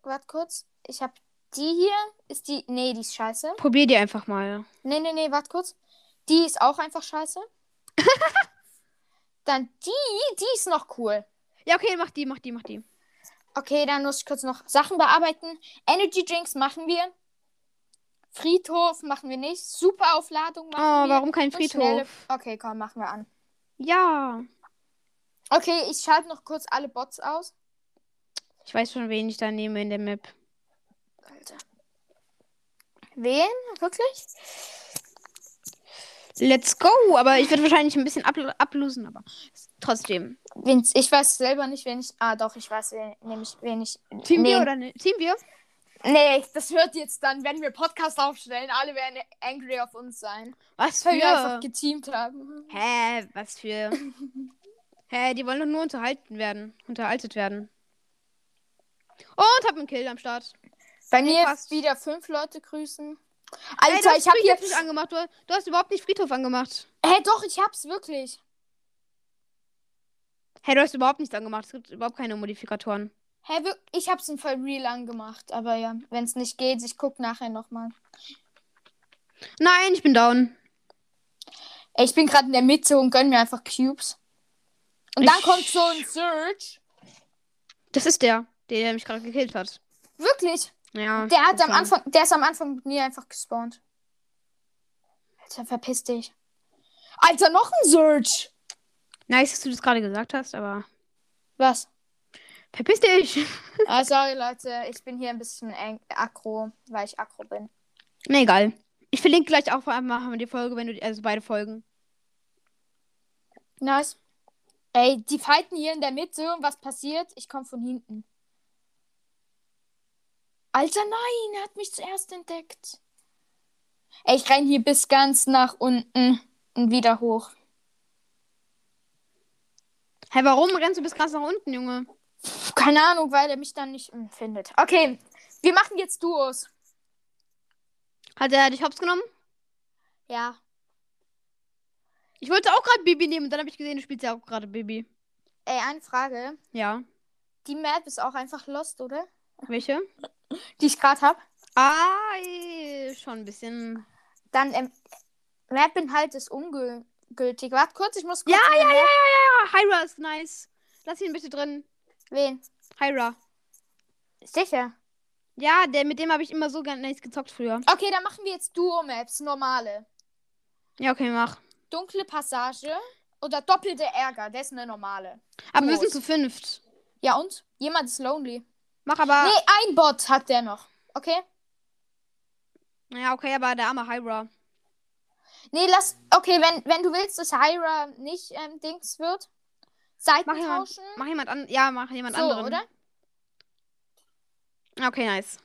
[SPEAKER 1] Warte kurz, ich habe die hier, ist die, nee, die ist scheiße.
[SPEAKER 2] Probier die einfach mal.
[SPEAKER 1] Nee, nee, nee, warte kurz. Die ist auch einfach scheiße. dann die, die ist noch cool.
[SPEAKER 2] Ja, okay, mach die, mach die, mach die.
[SPEAKER 1] Okay, dann muss ich kurz noch Sachen bearbeiten. Energy Drinks machen wir. Friedhof machen wir nicht. Superaufladung
[SPEAKER 2] Oh,
[SPEAKER 1] machen wir.
[SPEAKER 2] warum kein
[SPEAKER 1] Und schnelle-
[SPEAKER 2] Friedhof?
[SPEAKER 1] Okay, komm, machen wir an.
[SPEAKER 2] Ja.
[SPEAKER 1] Okay, ich schalte noch kurz alle Bots aus.
[SPEAKER 2] Ich weiß schon, wen ich da nehme in der Map.
[SPEAKER 1] Alter. Wen? Wirklich?
[SPEAKER 2] Let's go! Aber ich werde wahrscheinlich ein bisschen abl ablosen, aber trotzdem.
[SPEAKER 1] Wen's, ich weiß selber nicht, wen ich. Ah, doch, ich weiß, wen, nämlich, wen ich.
[SPEAKER 2] Team
[SPEAKER 1] nee.
[SPEAKER 2] wir oder nicht? Team wir?
[SPEAKER 1] Nee, das wird jetzt dann, wenn wir Podcast aufstellen, alle werden angry auf uns sein.
[SPEAKER 2] Was für?
[SPEAKER 1] Weil wir einfach geteamt
[SPEAKER 2] Mhm.
[SPEAKER 1] haben.
[SPEAKER 2] Hä, was für? Hä, die wollen doch nur unterhalten werden. Unterhaltet werden. Und hab einen Kill am Start.
[SPEAKER 1] Bei mir
[SPEAKER 2] passt.
[SPEAKER 1] wieder fünf Leute grüßen.
[SPEAKER 2] Ey, du
[SPEAKER 1] Alter,
[SPEAKER 2] hast
[SPEAKER 1] ich hab
[SPEAKER 2] Friedhof
[SPEAKER 1] hier.
[SPEAKER 2] nicht angemacht. Du, du hast überhaupt nicht Friedhof angemacht.
[SPEAKER 1] Hä, doch, ich hab's wirklich.
[SPEAKER 2] Hä, du hast überhaupt nichts angemacht. Es gibt überhaupt keine Modifikatoren.
[SPEAKER 1] Hä, wir- ich hab's im Fall real angemacht. Aber ja, wenn's nicht geht, ich guck nachher nochmal.
[SPEAKER 2] Nein, ich bin down.
[SPEAKER 1] Ey, ich bin gerade in der Mitte und gönn mir einfach Cubes. Und dann
[SPEAKER 2] Ich-
[SPEAKER 1] kommt so ein Surge.
[SPEAKER 2] Das ist der, der, der mich gerade gekillt hat.
[SPEAKER 1] Wirklich?
[SPEAKER 2] Ja.
[SPEAKER 1] Der hat
[SPEAKER 2] das
[SPEAKER 1] am
[SPEAKER 2] war-
[SPEAKER 1] Anfang, der ist am Anfang mit mir einfach gespawnt. Alter, verpiss dich. Alter, noch ein Surge.
[SPEAKER 2] Nice, dass du das gerade gesagt hast, aber.
[SPEAKER 1] Was?
[SPEAKER 2] Verpiss dich!
[SPEAKER 1] ah, sorry, Leute. Ich bin hier ein bisschen eng- aggro, weil ich aggro bin.
[SPEAKER 2] Na egal. Ich verlinke gleich auch vor allem machen die Folge, wenn du die- also beide Folgen.
[SPEAKER 1] Nice. Ey, die fighten hier in der Mitte und was passiert? Ich komme von hinten. Alter, nein, er hat mich zuerst entdeckt. Ey, ich renn hier bis ganz nach unten und wieder hoch.
[SPEAKER 2] Hä, warum rennst du bis ganz nach unten, Junge?
[SPEAKER 1] Puh, keine Ahnung, weil er mich dann nicht mm, findet. Okay, wir machen jetzt Duos.
[SPEAKER 2] Hat er dich hops genommen?
[SPEAKER 1] Ja.
[SPEAKER 2] Ich wollte auch gerade Bibi nehmen und dann habe ich gesehen, du spielst ja auch gerade Bibi.
[SPEAKER 1] Ey, eine Frage.
[SPEAKER 2] Ja.
[SPEAKER 1] Die Map ist auch einfach lost, oder?
[SPEAKER 2] Welche?
[SPEAKER 1] Die ich gerade habe.
[SPEAKER 2] Ah, eh, schon ein bisschen.
[SPEAKER 1] Dann, ähm, Map-Inhalt ist ungültig. Warte kurz, ich muss kurz.
[SPEAKER 2] Ja, ja, ja, ja, ja, ja. Hyra ist nice. Lass ihn bitte drin.
[SPEAKER 1] Wen?
[SPEAKER 2] Hyra.
[SPEAKER 1] Sicher.
[SPEAKER 2] Ja, der, mit dem habe ich immer so ganz nice gezockt früher.
[SPEAKER 1] Okay, dann machen wir jetzt Duo-Maps, normale.
[SPEAKER 2] Ja, okay, mach.
[SPEAKER 1] Dunkle Passage oder doppelte Ärger, das ist eine normale.
[SPEAKER 2] Aber wir
[SPEAKER 1] Los.
[SPEAKER 2] sind zu fünft.
[SPEAKER 1] Ja und? Jemand ist lonely.
[SPEAKER 2] Mach aber.
[SPEAKER 1] Nee, ein Bot hat der noch. Okay?
[SPEAKER 2] Ja, okay, aber der arme Hyra.
[SPEAKER 1] Nee, lass. Okay, wenn, wenn du willst, dass Hyra nicht ähm, Dings wird. Seiten
[SPEAKER 2] Mach jemand-
[SPEAKER 1] tauschen.
[SPEAKER 2] Mach jemand an. Ja, mach jemand
[SPEAKER 1] so,
[SPEAKER 2] anderen.
[SPEAKER 1] oder?
[SPEAKER 2] Okay, nice.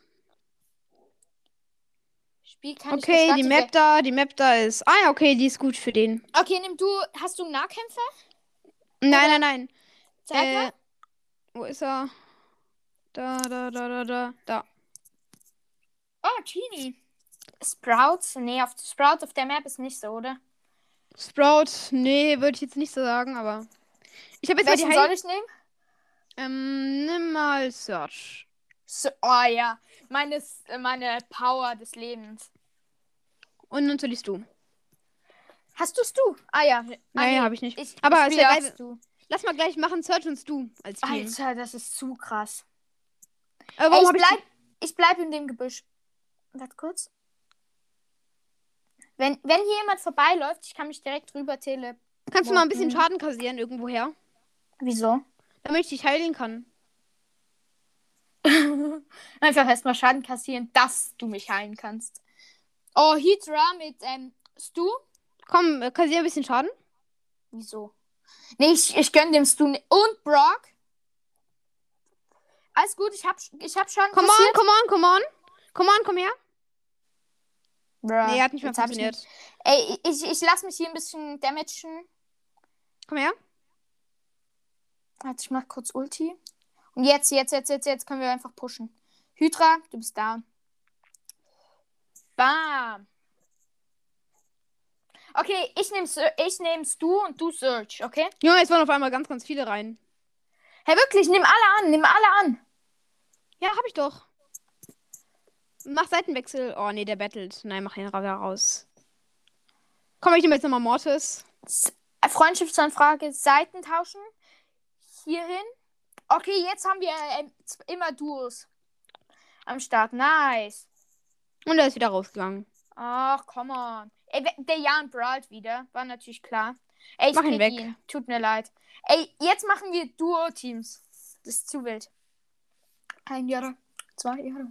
[SPEAKER 1] Spiel kann ich
[SPEAKER 2] Okay, die
[SPEAKER 1] gestartet
[SPEAKER 2] Map da, die Map da ist. Ah ja, okay, die ist gut für den.
[SPEAKER 1] werden. Okay, nimm du. Hast du einen Nahkämpfer?
[SPEAKER 2] Nein, nein, nein.
[SPEAKER 1] Zeig mal.
[SPEAKER 2] Äh, wo ist er? Da, da, da, da, da, da.
[SPEAKER 1] Oh, Genie. Sprouts? Nee, auf Sprouts auf der Map ist nicht so, oder?
[SPEAKER 2] Sprout, nee, würde ich jetzt nicht so sagen, aber. Ich habe jetzt mal die
[SPEAKER 1] Welchen
[SPEAKER 2] Heil
[SPEAKER 1] soll ich nehmen?
[SPEAKER 2] ähm, nimm mal Search.
[SPEAKER 1] So, oh ja. Meine, S- äh, meine Power des Lebens.
[SPEAKER 2] Und natürlich du.
[SPEAKER 1] Hast du's du? Ah ja. Ah,
[SPEAKER 2] Nein,
[SPEAKER 1] nee.
[SPEAKER 2] habe ich nicht.
[SPEAKER 1] Ich
[SPEAKER 2] Aber also, ist
[SPEAKER 1] spiele
[SPEAKER 2] ja
[SPEAKER 1] auch
[SPEAKER 2] geil.
[SPEAKER 1] Stu.
[SPEAKER 2] Lass mal gleich machen Search und Stu als Team.
[SPEAKER 1] Alter, das ist zu krass.
[SPEAKER 2] Äh,
[SPEAKER 1] Ey,
[SPEAKER 2] warum
[SPEAKER 1] ich,
[SPEAKER 2] hab ich
[SPEAKER 1] bleib, ich bleib in dem Gebüsch. Warte kurz. Wenn, wenn hier jemand vorbeiläuft, ich kann mich direkt rüber tele.
[SPEAKER 2] Kannst du mal ein bisschen
[SPEAKER 1] Mhm.
[SPEAKER 2] Schaden kassieren irgendwoher,
[SPEAKER 1] Wieso?
[SPEAKER 2] damit ich dich heilen kann?
[SPEAKER 1] Einfach erstmal Schaden kassieren, dass du mich heilen kannst. Oh, Hydra mit ähm, Stu?
[SPEAKER 2] Komm, äh, kassier ein bisschen Schaden.
[SPEAKER 1] Wieso? Nee, ich, ich gönn dem Stu. ni- Und Brock? Alles gut, ich hab, ich hab Schaden
[SPEAKER 2] Come on, come on, come on. Come on, komm her.
[SPEAKER 1] Bruh,
[SPEAKER 2] Nee, hat nicht mehr
[SPEAKER 1] jetzt hab ich
[SPEAKER 2] funktioniert.
[SPEAKER 1] nicht- Ey, ich, ich lass mich hier ein bisschen damagen.
[SPEAKER 2] Komm her.
[SPEAKER 1] Warte, ich mach kurz Ulti. Und jetzt, jetzt, jetzt, jetzt, jetzt können wir einfach pushen. Hydra, du bist down. Bam. Okay, ich nehm's, ich nehm's du und du Search, okay?
[SPEAKER 2] Junge, jetzt wollen auf einmal ganz, ganz viele rein.
[SPEAKER 1] Hey, wirklich, nimm alle an, nimm alle an.
[SPEAKER 2] Ja, hab ich doch. Mach Seitenwechsel. Oh, nee, der battelt. Nein, mach ihn ra- da raus. Komm, ich nehme jetzt nochmal Mortis.
[SPEAKER 1] S- äh, Freundschaftsanfrage, Seiten tauschen. Hierhin. Okay, jetzt haben wir ähm, z- immer Duos am Start. Nice.
[SPEAKER 2] Und er ist wieder rausgegangen.
[SPEAKER 1] Ach, come on. Ey, we- der Jan Brault wieder. War natürlich klar. Ey, ich
[SPEAKER 2] Mach ihn
[SPEAKER 1] krieg
[SPEAKER 2] weg.
[SPEAKER 1] Tut mir leid. Ey, jetzt machen wir Duo-Teams. Das ist zu wild. Ein Jahr, zwei Jahre.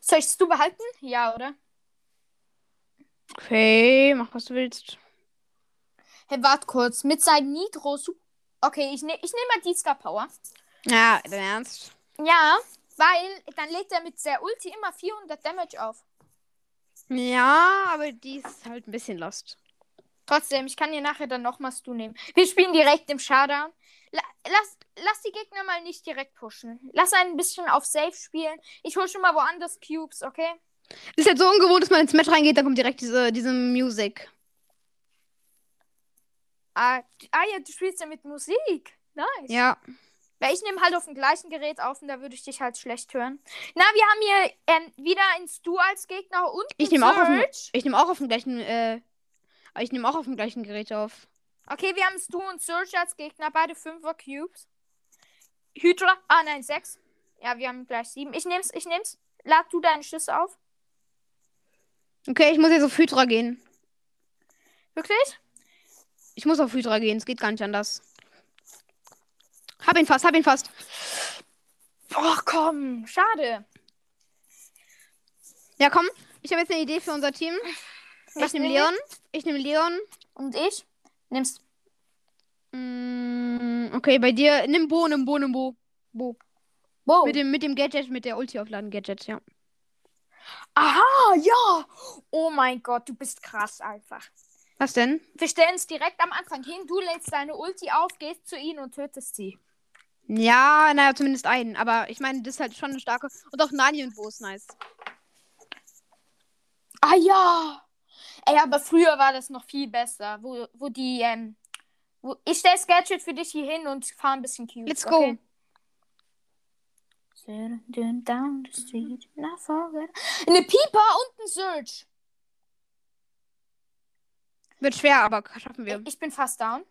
[SPEAKER 1] Soll ich du behalten? Ja, oder?
[SPEAKER 2] Okay, mach, was du willst.
[SPEAKER 1] Hey, wart kurz. Mit seinem Nitro. Su- Okay, ich, ne ich nehme mal die Star Power.
[SPEAKER 2] Ja, dein Ernst?
[SPEAKER 1] Ja, weil dann legt er mit der Ulti immer 400 Damage auf.
[SPEAKER 2] Ja, aber die ist halt ein bisschen lost.
[SPEAKER 1] Trotzdem, ich kann dir nachher dann nochmal Stu nehmen. Wir spielen direkt im Showdown. La lass, lass die Gegner mal nicht direkt pushen. Lass einen ein bisschen auf Safe spielen. Ich hol schon mal woanders Cubes, okay?
[SPEAKER 2] Ist halt so ungewohnt, dass man ins Match reingeht, dann kommt direkt diese, diese Music.
[SPEAKER 1] Ah, ah ja, du spielst ja mit Musik. Nice.
[SPEAKER 2] Ja.
[SPEAKER 1] Weil ich nehme halt auf dem gleichen Gerät auf und da würde ich dich halt schlecht hören. Na, wir haben hier ähm, wieder einen Stu als Gegner und
[SPEAKER 2] Ich
[SPEAKER 1] einen
[SPEAKER 2] nehm auch auf dem-
[SPEAKER 1] Surge.
[SPEAKER 2] Ich nehme auch auf dem gleichen, äh, ich nehme auch auf dem gleichen Gerät auf.
[SPEAKER 1] Okay, wir haben Stu und Surge als Gegner, beide 5er Cubes. Hydra, ah nein, 6. Ja, wir haben gleich 7. Ich nehm's, ich nehm's. Lad du deinen Schüsse auf.
[SPEAKER 2] Okay, ich muss jetzt auf Hydra gehen.
[SPEAKER 1] Wirklich?
[SPEAKER 2] Ich muss auf Hydra gehen, es geht gar nicht anders. Hab ihn fast, hab ihn fast.
[SPEAKER 1] Oh, komm, schade.
[SPEAKER 2] Ja, komm. Ich habe jetzt eine Idee für unser Team. ich
[SPEAKER 1] Was
[SPEAKER 2] nehme
[SPEAKER 1] nehm ich?
[SPEAKER 2] Leon. Ich nehme Leon.
[SPEAKER 1] Und ich? Nimmst.
[SPEAKER 2] Mm, okay, bei dir. Nimm Bo, nimm Bo, nimm Bo. Bo.
[SPEAKER 1] Wow.
[SPEAKER 2] Mit, dem, mit dem Gadget, mit der Ulti aufladen Gadget, ja.
[SPEAKER 1] Aha, ja. Oh mein Gott, du bist krass einfach.
[SPEAKER 2] Was denn?
[SPEAKER 1] Wir stellen es direkt am Anfang hin. Du lädst deine Ulti auf, gehst zu ihnen und tötest sie.
[SPEAKER 2] Ja, naja, zumindest einen. Aber ich meine, das ist halt schon eine starke. Und auch Nani und Bo ist nice.
[SPEAKER 1] Ah ja. Ey, aber früher war das noch viel besser, wo, wo die, ähm, wo, ich stell das Gadget für dich hier hin und fahr ein bisschen Cubes.
[SPEAKER 2] Let's go.
[SPEAKER 1] okay? Sitting down the street, not forget- Eine Pieper und ein Surge.
[SPEAKER 2] Wird schwer, aber schaffen wir.
[SPEAKER 1] Ey, Ich bin fast down.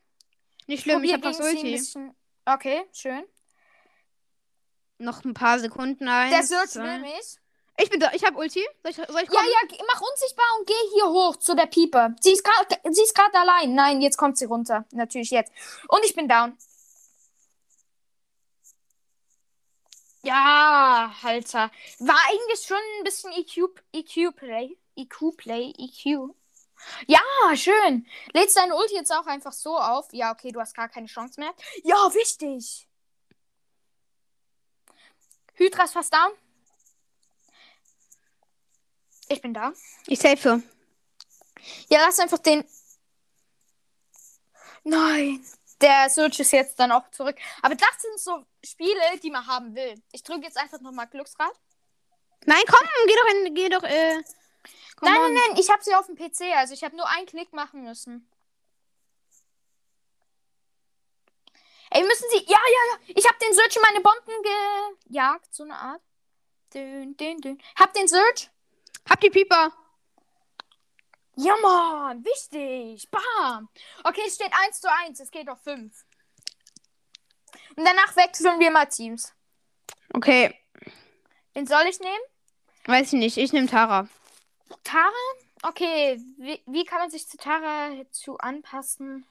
[SPEAKER 2] Nicht schlimm, ich
[SPEAKER 1] Probier
[SPEAKER 2] habe fast
[SPEAKER 1] gegen sie ein
[SPEAKER 2] Ulti.
[SPEAKER 1] bisschen- Okay, schön.
[SPEAKER 2] Noch ein paar Sekunden. Eins,
[SPEAKER 1] Der Surge
[SPEAKER 2] zwei.
[SPEAKER 1] will mich.
[SPEAKER 2] Ich bin da, ich habe Ulti. Soll ich, soll ich
[SPEAKER 1] Ja,
[SPEAKER 2] kommen?
[SPEAKER 1] ja, geh- mach unsichtbar und geh hier hoch zu der Pieper. Sie ist gerade sie ist gerade allein. Nein, jetzt kommt sie runter. Natürlich jetzt. Und ich bin down. Ja, Alter. War eigentlich schon ein bisschen E EQ, EQ Play. EQ Play, EQ. Ja, schön. Lädst deine Ulti jetzt auch einfach so auf. Ja, okay, du hast gar keine Chance mehr. Ja, wichtig. Hydra ist fast down. Ich bin da.
[SPEAKER 2] Ich safe.
[SPEAKER 1] Ja, lass einfach den. Nein. Der Search ist jetzt dann auch zurück. Aber das sind so Spiele, die man haben will. Ich drücke jetzt einfach nochmal Glücksrad.
[SPEAKER 2] Nein, komm, geh doch in, geh doch, äh. komm
[SPEAKER 1] nein,
[SPEAKER 2] on.
[SPEAKER 1] nein, nein, ich habe sie auf dem PC. Also ich habe nur einen Klick machen müssen. Ey, müssen sie. Ja, ja, ja. Ich habe den Search in meine Bomben gejagt. So eine Art. Dün, dün, dün. Hab den Search.
[SPEAKER 2] Hab die Pieper.
[SPEAKER 1] Ja, Mann, wichtig. Bam. Okay, es steht 1 zu 1. Es geht auf 5. Und danach wechseln wir mal Teams.
[SPEAKER 2] Okay,
[SPEAKER 1] Wen soll ich nehmen?
[SPEAKER 2] weiß ich nicht. Ich nehme Tara.
[SPEAKER 1] Tara? Okay, wie, wie kann man sich zu Tara zu anpassen?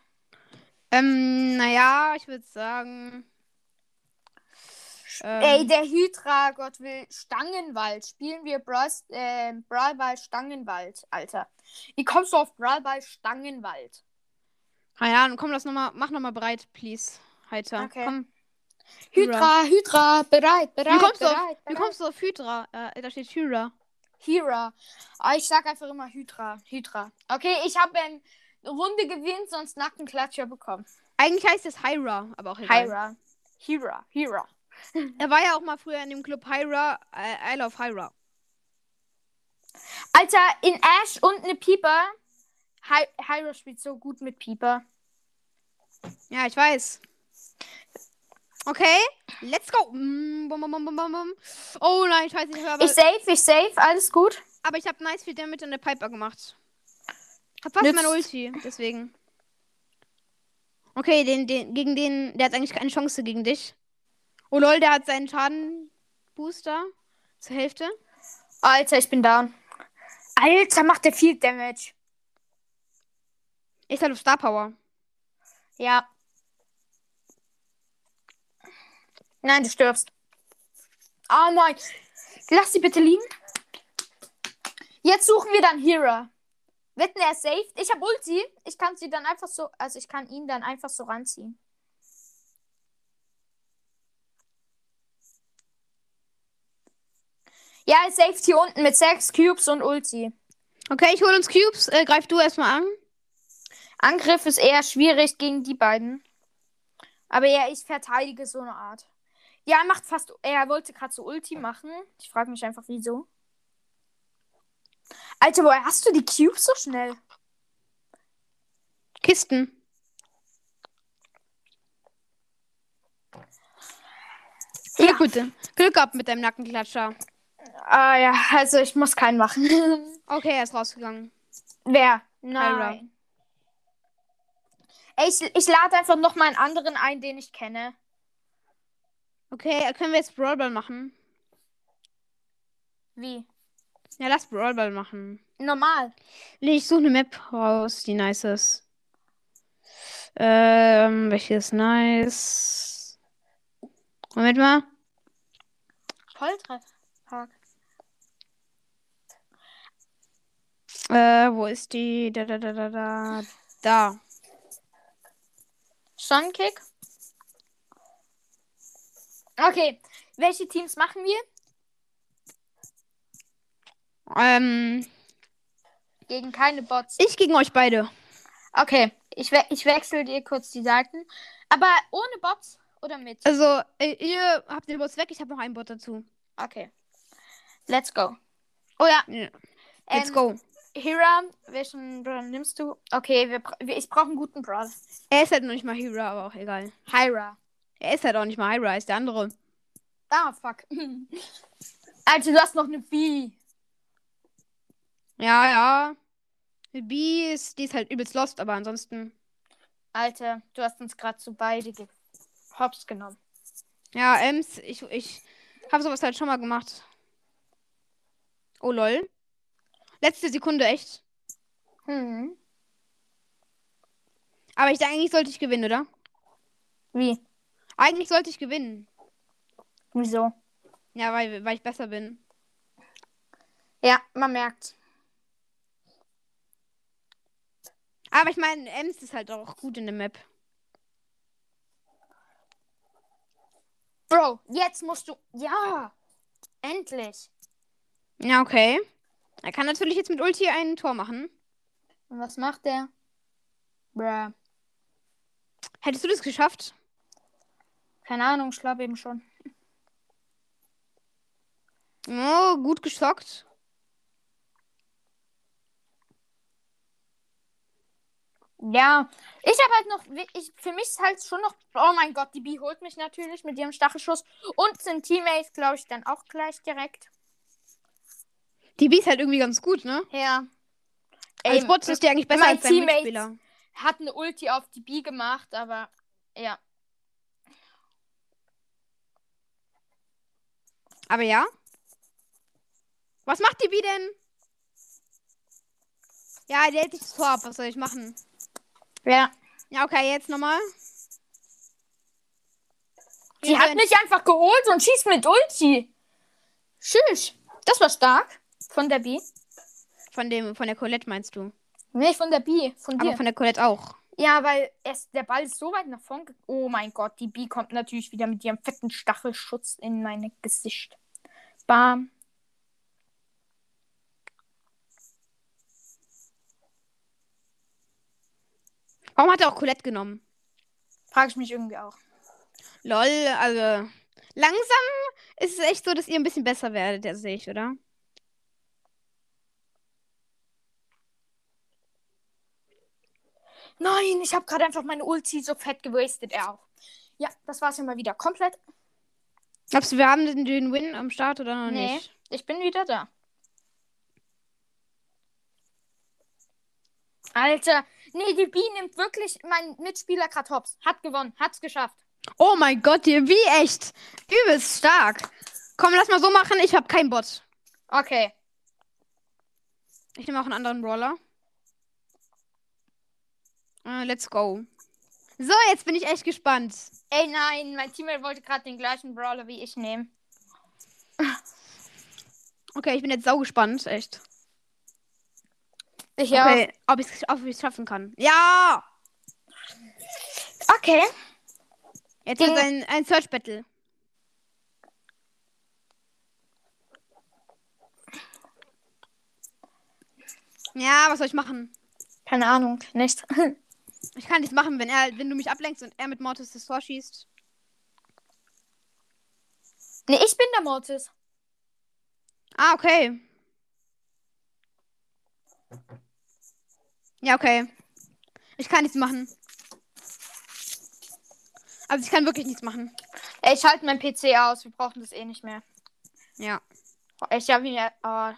[SPEAKER 2] Ähm, naja, ich würde sagen. Ähm,
[SPEAKER 1] Ey, der Hydra, Gott will, Stangenwald. Spielen wir Brawl, äh, Brawlball Stangenwald, Alter. Wie kommst du auf Brawlball Stangenwald?
[SPEAKER 2] naja, dann Ah komm, lass noch mal, mach nochmal breit, please. Heiter.
[SPEAKER 1] Okay.
[SPEAKER 2] Komm.
[SPEAKER 1] Hydra, Hydra, bereit, bereit,
[SPEAKER 2] kommst du auf-
[SPEAKER 1] bereit,
[SPEAKER 2] Wie
[SPEAKER 1] bereit.
[SPEAKER 2] kommst du auf Hydra? Äh, da steht Hydra.
[SPEAKER 1] Hydra. Ah, ich sag einfach immer Hydra, Hydra. Okay, ich habe ähm, eine Runde gewinnt, sonst Nackenklatscher bekommen.
[SPEAKER 2] Eigentlich heißt es Hyra, aber auch egal.
[SPEAKER 1] Hydra. Hydra, Hydra.
[SPEAKER 2] Er war ja auch mal früher in dem Club Hyra. Äh, I love Hyra.
[SPEAKER 1] Alter, in Ash und eine Pieper. Hy Hyra spielt so gut mit Pieper.
[SPEAKER 2] Ja, ich weiß. Okay, let's go. Mm, bum, bum, bum, bum, bum, bum. Oh nein, scheiße, ich habe
[SPEAKER 1] Ich safe, ich safe, alles gut.
[SPEAKER 2] aber ich habe nice viel Damage an der Piper gemacht. Hab fast
[SPEAKER 1] Nützt.
[SPEAKER 2] mein Ulti, deswegen. Okay, den, den, gegen den, der hat eigentlich keine Chance gegen dich. Oh lol, der hat seinen Schadenbooster zur Hälfte.
[SPEAKER 1] Alter, ich bin down. Alter, macht der viel Damage.
[SPEAKER 2] Ist halt auf Star Power.
[SPEAKER 1] Ja. Nein, du stirbst. Ah nein. Lass sie bitte liegen. Jetzt suchen wir dann Hera. Wetten, er ist safe. Ich habe Ulti. Ich kann sie dann einfach so, also ich kann ihn dann einfach so ranziehen. Ja, er ist safe hier unten mit 6 Cubes und Ulti.
[SPEAKER 2] Okay, ich hole uns Cubes. Äh, greif du erstmal an.
[SPEAKER 1] Angriff ist eher schwierig gegen die beiden. Aber ja, ich verteidige so eine Art. Ja, er macht fast. Er wollte gerade so Ulti machen. Ich frage mich einfach, wieso. Alter, woher hast du die Cubes so schnell?
[SPEAKER 2] Kisten. Glück
[SPEAKER 1] Ja.
[SPEAKER 2] bitte. Glück gehabt mit deinem Nackenklatscher.
[SPEAKER 1] Ah ja, also ich muss keinen machen.
[SPEAKER 2] Okay, er ist rausgegangen.
[SPEAKER 1] Wer? Nein. Ey, ich, ich lade einfach nochmal einen anderen ein, den ich kenne.
[SPEAKER 2] Okay, können wir jetzt Brawlball machen?
[SPEAKER 1] Wie?
[SPEAKER 2] Ja, lass Brawlball machen.
[SPEAKER 1] Normal.
[SPEAKER 2] Nee, ich suche eine Map raus, die nice ist. Ähm, welche ist nice? Moment mal.
[SPEAKER 1] Volltreffer. Fuck.
[SPEAKER 2] Äh, wo ist die? Da, da, da, da, da. Da.
[SPEAKER 1] Sonnenkick. Okay, welche Teams machen wir?
[SPEAKER 2] Ähm,
[SPEAKER 1] Gegen keine Bots.
[SPEAKER 2] ich gegen euch beide.
[SPEAKER 1] Okay, ich, we ich wechsle dir kurz die Seiten. Aber ohne Bots oder mit?
[SPEAKER 2] Also, äh, ihr habt den Bot weg, ich habe noch einen Bot dazu.
[SPEAKER 1] Okay. Let's go.
[SPEAKER 2] Oh ja. Let's
[SPEAKER 1] Ähm,
[SPEAKER 2] go.
[SPEAKER 1] Hera, welchen Brawler nimmst du? Okay, wir bra wir, ich brauche einen guten Brawler.
[SPEAKER 2] Er ist halt noch nicht mal Hera, aber auch egal.
[SPEAKER 1] Hera.
[SPEAKER 2] Er ist halt auch nicht mal Hera, ist der andere.
[SPEAKER 1] Ah, fuck. Also, du hast noch eine B.
[SPEAKER 2] Ja, ja. Die B ist, die ist halt übelst lost, aber ansonsten.
[SPEAKER 1] Alter, du hast uns gerade zu beide ge hops genommen.
[SPEAKER 2] Ja, Ems, ich, ich habe sowas halt schon mal gemacht. Oh lol. Letzte Sekunde, echt.
[SPEAKER 1] Hm.
[SPEAKER 2] Aber ich denke, eigentlich sollte ich gewinnen, oder?
[SPEAKER 1] Wie?
[SPEAKER 2] Eigentlich sollte ich gewinnen.
[SPEAKER 1] Wieso?
[SPEAKER 2] Ja, weil, weil ich besser bin.
[SPEAKER 1] Ja, man merkt.
[SPEAKER 2] Aber ich meine, Ems ist halt auch gut in der Map.
[SPEAKER 1] Bro, jetzt musst du. Ja! Endlich!
[SPEAKER 2] Ja, okay. Er kann natürlich jetzt mit Ulti ein Tor machen.
[SPEAKER 1] Und was macht der? Bruh.
[SPEAKER 2] Hättest du das geschafft?
[SPEAKER 1] Keine Ahnung, ich glaube eben schon.
[SPEAKER 2] Oh, gut geschockt.
[SPEAKER 1] Ja, ich habe halt noch, wi- ich, für mich ist halt schon noch, oh mein Gott, die B holt mich natürlich mit ihrem Stachelschuss und sind Teammates, glaube ich, dann auch gleich direkt.
[SPEAKER 2] Die B ist halt irgendwie ganz gut, ne?
[SPEAKER 1] Ja. Also
[SPEAKER 2] Als Bot ist die eigentlich besser
[SPEAKER 1] mein
[SPEAKER 2] als sein
[SPEAKER 1] Teammate.
[SPEAKER 2] Mitspieler.
[SPEAKER 1] hat eine Ulti auf die B gemacht, aber ja.
[SPEAKER 2] Aber ja. Was macht die B denn? Ja, die hält sich das Tor ab. Was soll ich machen?
[SPEAKER 1] Ja.
[SPEAKER 2] Ja, okay, jetzt nochmal.
[SPEAKER 1] Die hat mich einfach geholt und schießt mit Ulti. Tschüss. Das war stark. Von der B.
[SPEAKER 2] Von, dem, von der Colette meinst du?
[SPEAKER 1] Nee, von der B. Von
[SPEAKER 2] Aber
[SPEAKER 1] dir.
[SPEAKER 2] von der Colette auch.
[SPEAKER 1] ja, weil es, der Ball ist so weit nach vorn. ge- Oh mein Gott, die B kommt natürlich wieder mit ihrem fetten Stachelschutz in mein Gesicht. Bam.
[SPEAKER 2] Warum hat er auch Colette genommen?
[SPEAKER 1] Frage ich mich irgendwie auch.
[SPEAKER 2] Lol, also. Langsam ist es echt so, dass ihr ein bisschen besser werdet, das sehe ich, oder?
[SPEAKER 1] Nein, ich habe gerade einfach meine Ulti so fett gewastet. Er auch. Ja, das war's ja mal wieder. Komplett.
[SPEAKER 2] Glaubst du, wir haben den, den Win am Start oder noch
[SPEAKER 1] Nee.
[SPEAKER 2] nicht?
[SPEAKER 1] Ich bin wieder da. Alter, nee, die Bee nimmt wirklich meinen Mitspieler gerade hops. Hat gewonnen, hat's geschafft.
[SPEAKER 2] Oh mein Gott, ihr wie echt. Übelst stark. Komm, lass mal so machen. Ich habe keinen Bot.
[SPEAKER 1] Okay.
[SPEAKER 2] Ich nehme auch einen anderen Brawler. Äh, let's go. So, jetzt bin ich echt gespannt.
[SPEAKER 1] Ey, nein, mein Teammate wollte gerade den gleichen Brawler wie ich nehmen.
[SPEAKER 2] Okay, ich bin jetzt saugespannt, echt.
[SPEAKER 1] Ich
[SPEAKER 2] Okay, ob ich es schaffen kann. Ja!
[SPEAKER 1] auch. Okay.
[SPEAKER 2] Jetzt
[SPEAKER 1] Ding.
[SPEAKER 2] wird ein, ein Search Battle. Ja, was soll ich machen?
[SPEAKER 1] Keine Ahnung, nicht.
[SPEAKER 2] Ich kann nichts machen, wenn er, wenn du mich ablenkst und er mit Mortis das Tor schießt.
[SPEAKER 1] Nee, ich bin der Mortis.
[SPEAKER 2] Ah, okay. Ja, okay. Ich kann nichts machen. Also ich kann wirklich nichts machen.
[SPEAKER 1] Ey, ich halte meinen PC aus, wir brauchen das eh nicht mehr.
[SPEAKER 2] Ja.
[SPEAKER 1] Ich habe ihn ja. Oh.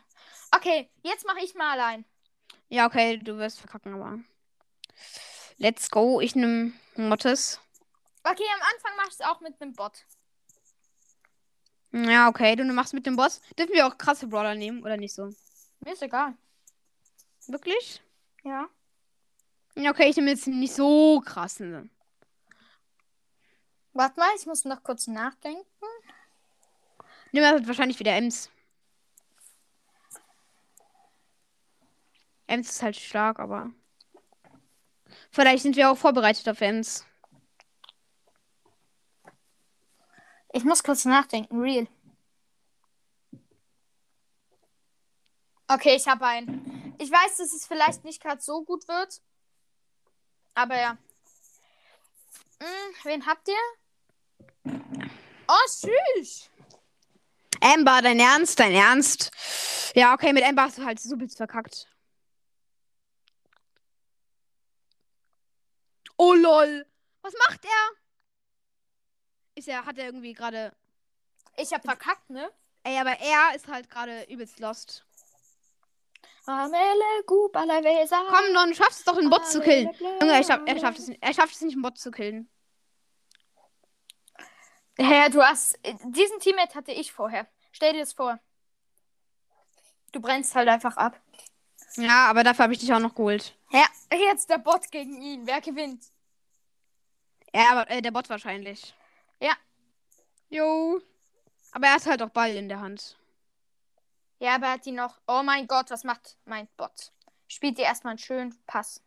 [SPEAKER 1] Okay, jetzt mache ich mal allein.
[SPEAKER 2] Ja, okay, du wirst verkacken, aber. Let's go. Ich nehme Mortis.
[SPEAKER 1] Okay, am Anfang mache ich es auch mit einem Bot.
[SPEAKER 2] Ja, okay, du machst mit dem Boss. Dürfen wir auch krasse Brawler nehmen, oder nicht so?
[SPEAKER 1] Mir ist egal.
[SPEAKER 2] Wirklich?
[SPEAKER 1] Ja.
[SPEAKER 2] Ja, okay, ich nehme jetzt nicht so krassen.
[SPEAKER 1] Warte mal, ich muss noch kurz nachdenken.
[SPEAKER 2] Nimm halt wahrscheinlich wieder Ems. Ems ist halt stark, aber. Vielleicht sind wir auch vorbereitet auf Ems.
[SPEAKER 1] Ich muss kurz nachdenken, real. Okay, ich habe einen. Ich weiß, dass es vielleicht nicht gerade so gut wird. Aber ja. Hm, wen habt ihr? Oh, süß.
[SPEAKER 2] Amber, dein Ernst, dein Ernst. Ja, okay, mit Amber hast du halt übelst verkackt. Oh lol. Was macht er? Ist er, hat er irgendwie gerade.
[SPEAKER 1] Ich hab verkackt, ne?
[SPEAKER 2] Ey, aber er ist halt gerade übelst lost.
[SPEAKER 1] Amele, Gub, Alavesa.
[SPEAKER 2] Komm, Don, du schaffst es doch, einen
[SPEAKER 1] Ah,
[SPEAKER 2] Bot zu killen. Junge, ich schaff, er schafft es nicht. Er schafft es nicht, einen Bot zu killen.
[SPEAKER 1] Herr, du hast. Diesen Teammate hatte ich vorher. Stell dir das vor. Du brennst halt einfach ab.
[SPEAKER 2] Ja, aber dafür habe ich dich auch noch geholt.
[SPEAKER 1] Ja, jetzt der Bot gegen ihn. Wer gewinnt?
[SPEAKER 2] Ja, aber äh, der Bot wahrscheinlich.
[SPEAKER 1] Ja.
[SPEAKER 2] Jo. Aber er hat halt auch Ball in der Hand.
[SPEAKER 1] Ja, aber er hat die noch. Oh mein Gott, was macht mein Bot? Spielt ihr erstmal einen schönen Pass.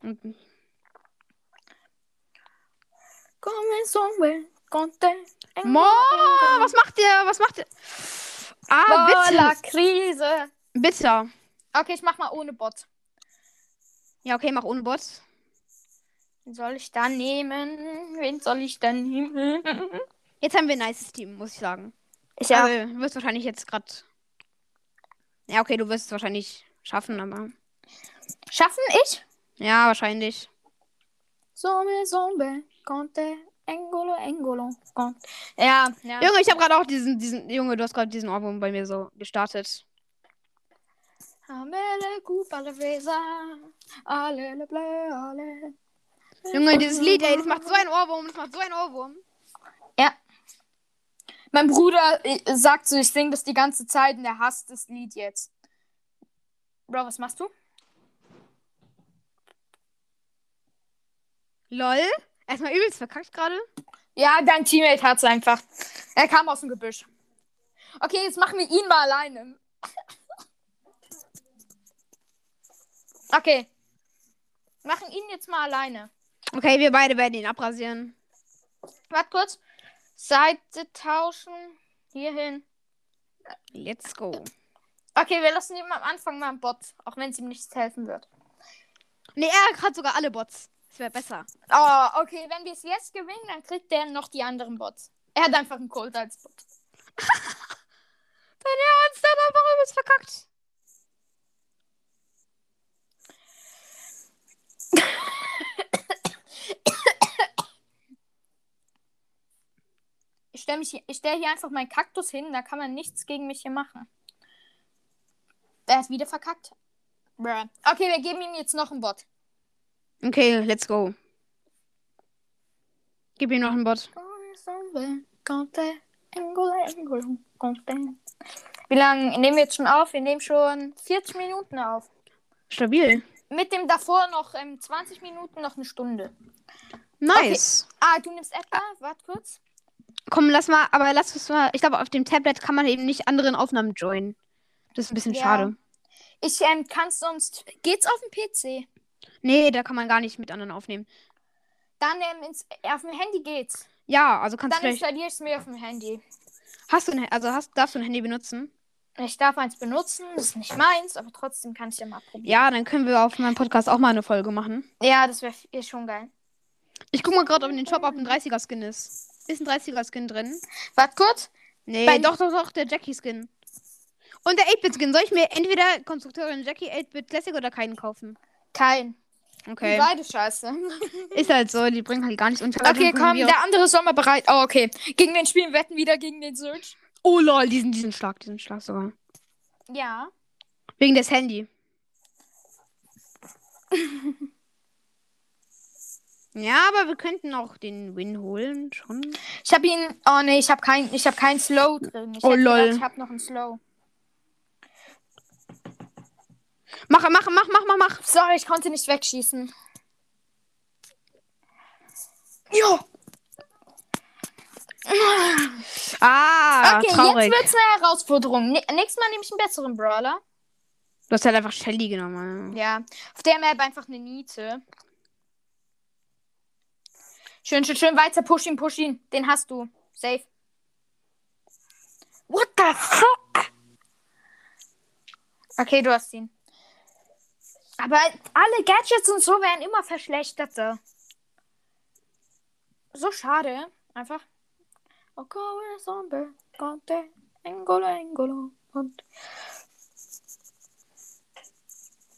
[SPEAKER 2] Und
[SPEAKER 1] Come somewhere, conte.
[SPEAKER 2] Mo, was macht ihr? Was macht ihr? Ah,
[SPEAKER 1] Voller
[SPEAKER 2] bitte.
[SPEAKER 1] Krise.
[SPEAKER 2] Bitter.
[SPEAKER 1] Okay, ich mach mal ohne Bot.
[SPEAKER 2] Ja, okay, mach ohne Bots.
[SPEAKER 1] Wen soll ich da nehmen? Wen soll ich da nehmen?
[SPEAKER 2] Jetzt haben wir ein nices Team, muss ich sagen.
[SPEAKER 1] Ich
[SPEAKER 2] Ja.
[SPEAKER 1] habe.
[SPEAKER 2] Aber du wirst wahrscheinlich jetzt gerade. Ja, okay, du wirst es wahrscheinlich schaffen, aber.
[SPEAKER 1] Schaffen ich?
[SPEAKER 2] Ja, wahrscheinlich.
[SPEAKER 1] Zombie, Zombie, Conte, Engolo, Engolo, Conte. Ja, ja.
[SPEAKER 2] Junge, ich habe gerade auch diesen, diesen. Junge, du hast gerade diesen Ohrwurm bei mir so gestartet.
[SPEAKER 1] Amele, Cuba, le Vesa, alle, le Bleu, alle.
[SPEAKER 2] Junge, dieses Lied, ey, das macht so einen Ohrwurm, das macht so einen Ohrwurm.
[SPEAKER 1] Mein Bruder äh, sagt so, ich singe das die ganze Zeit und er hasst das Lied jetzt. Bro, was machst du?
[SPEAKER 2] Lol. Erstmal übelst verkackt gerade.
[SPEAKER 1] Ja, dein Teammate hat's einfach. Er kam aus dem Gebüsch. Okay, jetzt machen wir ihn mal alleine. Okay. Machen ihn jetzt mal alleine.
[SPEAKER 2] Okay, wir beide werden ihn abrasieren.
[SPEAKER 1] Warte kurz. Seite tauschen. Hierhin.
[SPEAKER 2] Let's go.
[SPEAKER 1] Okay, wir lassen ihn am Anfang mal im Bot, auch wenn es ihm nichts helfen wird.
[SPEAKER 2] Nee, er hat sogar alle Bots. Das wäre besser.
[SPEAKER 1] Oh, okay, wenn wir es jetzt gewinnen, dann kriegt der noch die anderen Bots. Er hat einfach einen Colt als Bot.
[SPEAKER 2] Dein Ernst, dann einfach übelst verkackt.
[SPEAKER 1] Ich stelle hier, ich stell hier einfach meinen Kaktus hin, da kann man nichts gegen mich hier machen. Er ist wieder verkackt. Bruh. Okay, wir geben ihm jetzt noch einen Bot.
[SPEAKER 2] Okay, let's go. Gib ihm noch einen Bot.
[SPEAKER 1] Wie lange nehmen wir jetzt schon auf? Wir nehmen schon 40 Minuten auf.
[SPEAKER 2] Stabil.
[SPEAKER 1] Mit dem davor noch ähm, 20 Minuten, noch eine Stunde.
[SPEAKER 2] Nice.
[SPEAKER 1] Ah, du nimmst Edgar? Warte kurz.
[SPEAKER 2] Komm, lass mal, aber lass uns mal. Ich glaube, auf dem Tablet kann man eben nicht anderen Aufnahmen joinen. Das ist ein bisschen
[SPEAKER 1] Ja.
[SPEAKER 2] schade.
[SPEAKER 1] Ich ähm, kann sonst. Geht's auf dem PC?
[SPEAKER 2] Nee, da kann man gar nicht mit anderen aufnehmen.
[SPEAKER 1] Dann ähm, ins, auf dem Handy geht's.
[SPEAKER 2] Ja, also kannst
[SPEAKER 1] Dann
[SPEAKER 2] du vielleicht.
[SPEAKER 1] installiere ich es mir auf dem Handy.
[SPEAKER 2] Hast du ein, also hast, darfst du ein Handy benutzen?
[SPEAKER 1] Ich darf eins benutzen, das ist nicht meins, aber trotzdem kann ich ja mal probieren.
[SPEAKER 2] Ja, dann können wir auf meinem Podcast auch mal eine Folge machen.
[SPEAKER 1] Ja, das wäre schon geil.
[SPEAKER 2] Ich guck mal gerade, ob in den Shop ob ein 30er-Skin ist. Ist ein 30er-Skin drin?
[SPEAKER 1] Warte kurz.
[SPEAKER 2] Nee,
[SPEAKER 1] Bei-
[SPEAKER 2] doch, doch, doch, der Jackie-Skin. Und der 8-Bit-Skin. Soll ich mir entweder Konstrukteurin Jackie 8-Bit Classic oder keinen kaufen?
[SPEAKER 1] Kein.
[SPEAKER 2] Okay.
[SPEAKER 1] Beide scheiße.
[SPEAKER 2] Ist halt so, die bringen halt gar nichts unter.
[SPEAKER 1] Okay, komm, der andere Sommer bereit. Oh, okay. Gegen den spielen wetten wieder gegen den Surge.
[SPEAKER 2] Oh lol, diesen, diesen Schlag, diesen Schlag sogar.
[SPEAKER 1] Ja.
[SPEAKER 2] Wegen des Handy. ja, aber wir könnten auch den Win holen, schon.
[SPEAKER 1] Ich habe ihn. Oh nee, ich habe kein, ich habe kein Slow drin. Ich
[SPEAKER 2] Oh,
[SPEAKER 1] hätte
[SPEAKER 2] lol.
[SPEAKER 1] Gedacht, ich habe noch einen Slow.
[SPEAKER 2] Mach, mach, mach, mach, mach, mach.
[SPEAKER 1] Sorry, ich konnte nicht wegschießen. Jo.
[SPEAKER 2] Ah,
[SPEAKER 1] Okay,
[SPEAKER 2] traurig.
[SPEAKER 1] jetzt wird's eine Herausforderung. Ni- Nächstes Mal nehme ich einen besseren Brawler.
[SPEAKER 2] Du hast halt einfach Shelly genommen.
[SPEAKER 1] Ja. Auf der Map einfach eine Niete. Schön, schön, schön weiter. Push ihn, push ihn. Den hast du. Safe. What the fuck? Okay, du hast ihn. Aber alle Gadgets und so werden immer verschlechterte. So schade. Einfach. Oh, Conte, Zombie, Conte, Engolo, Engolo, Conte.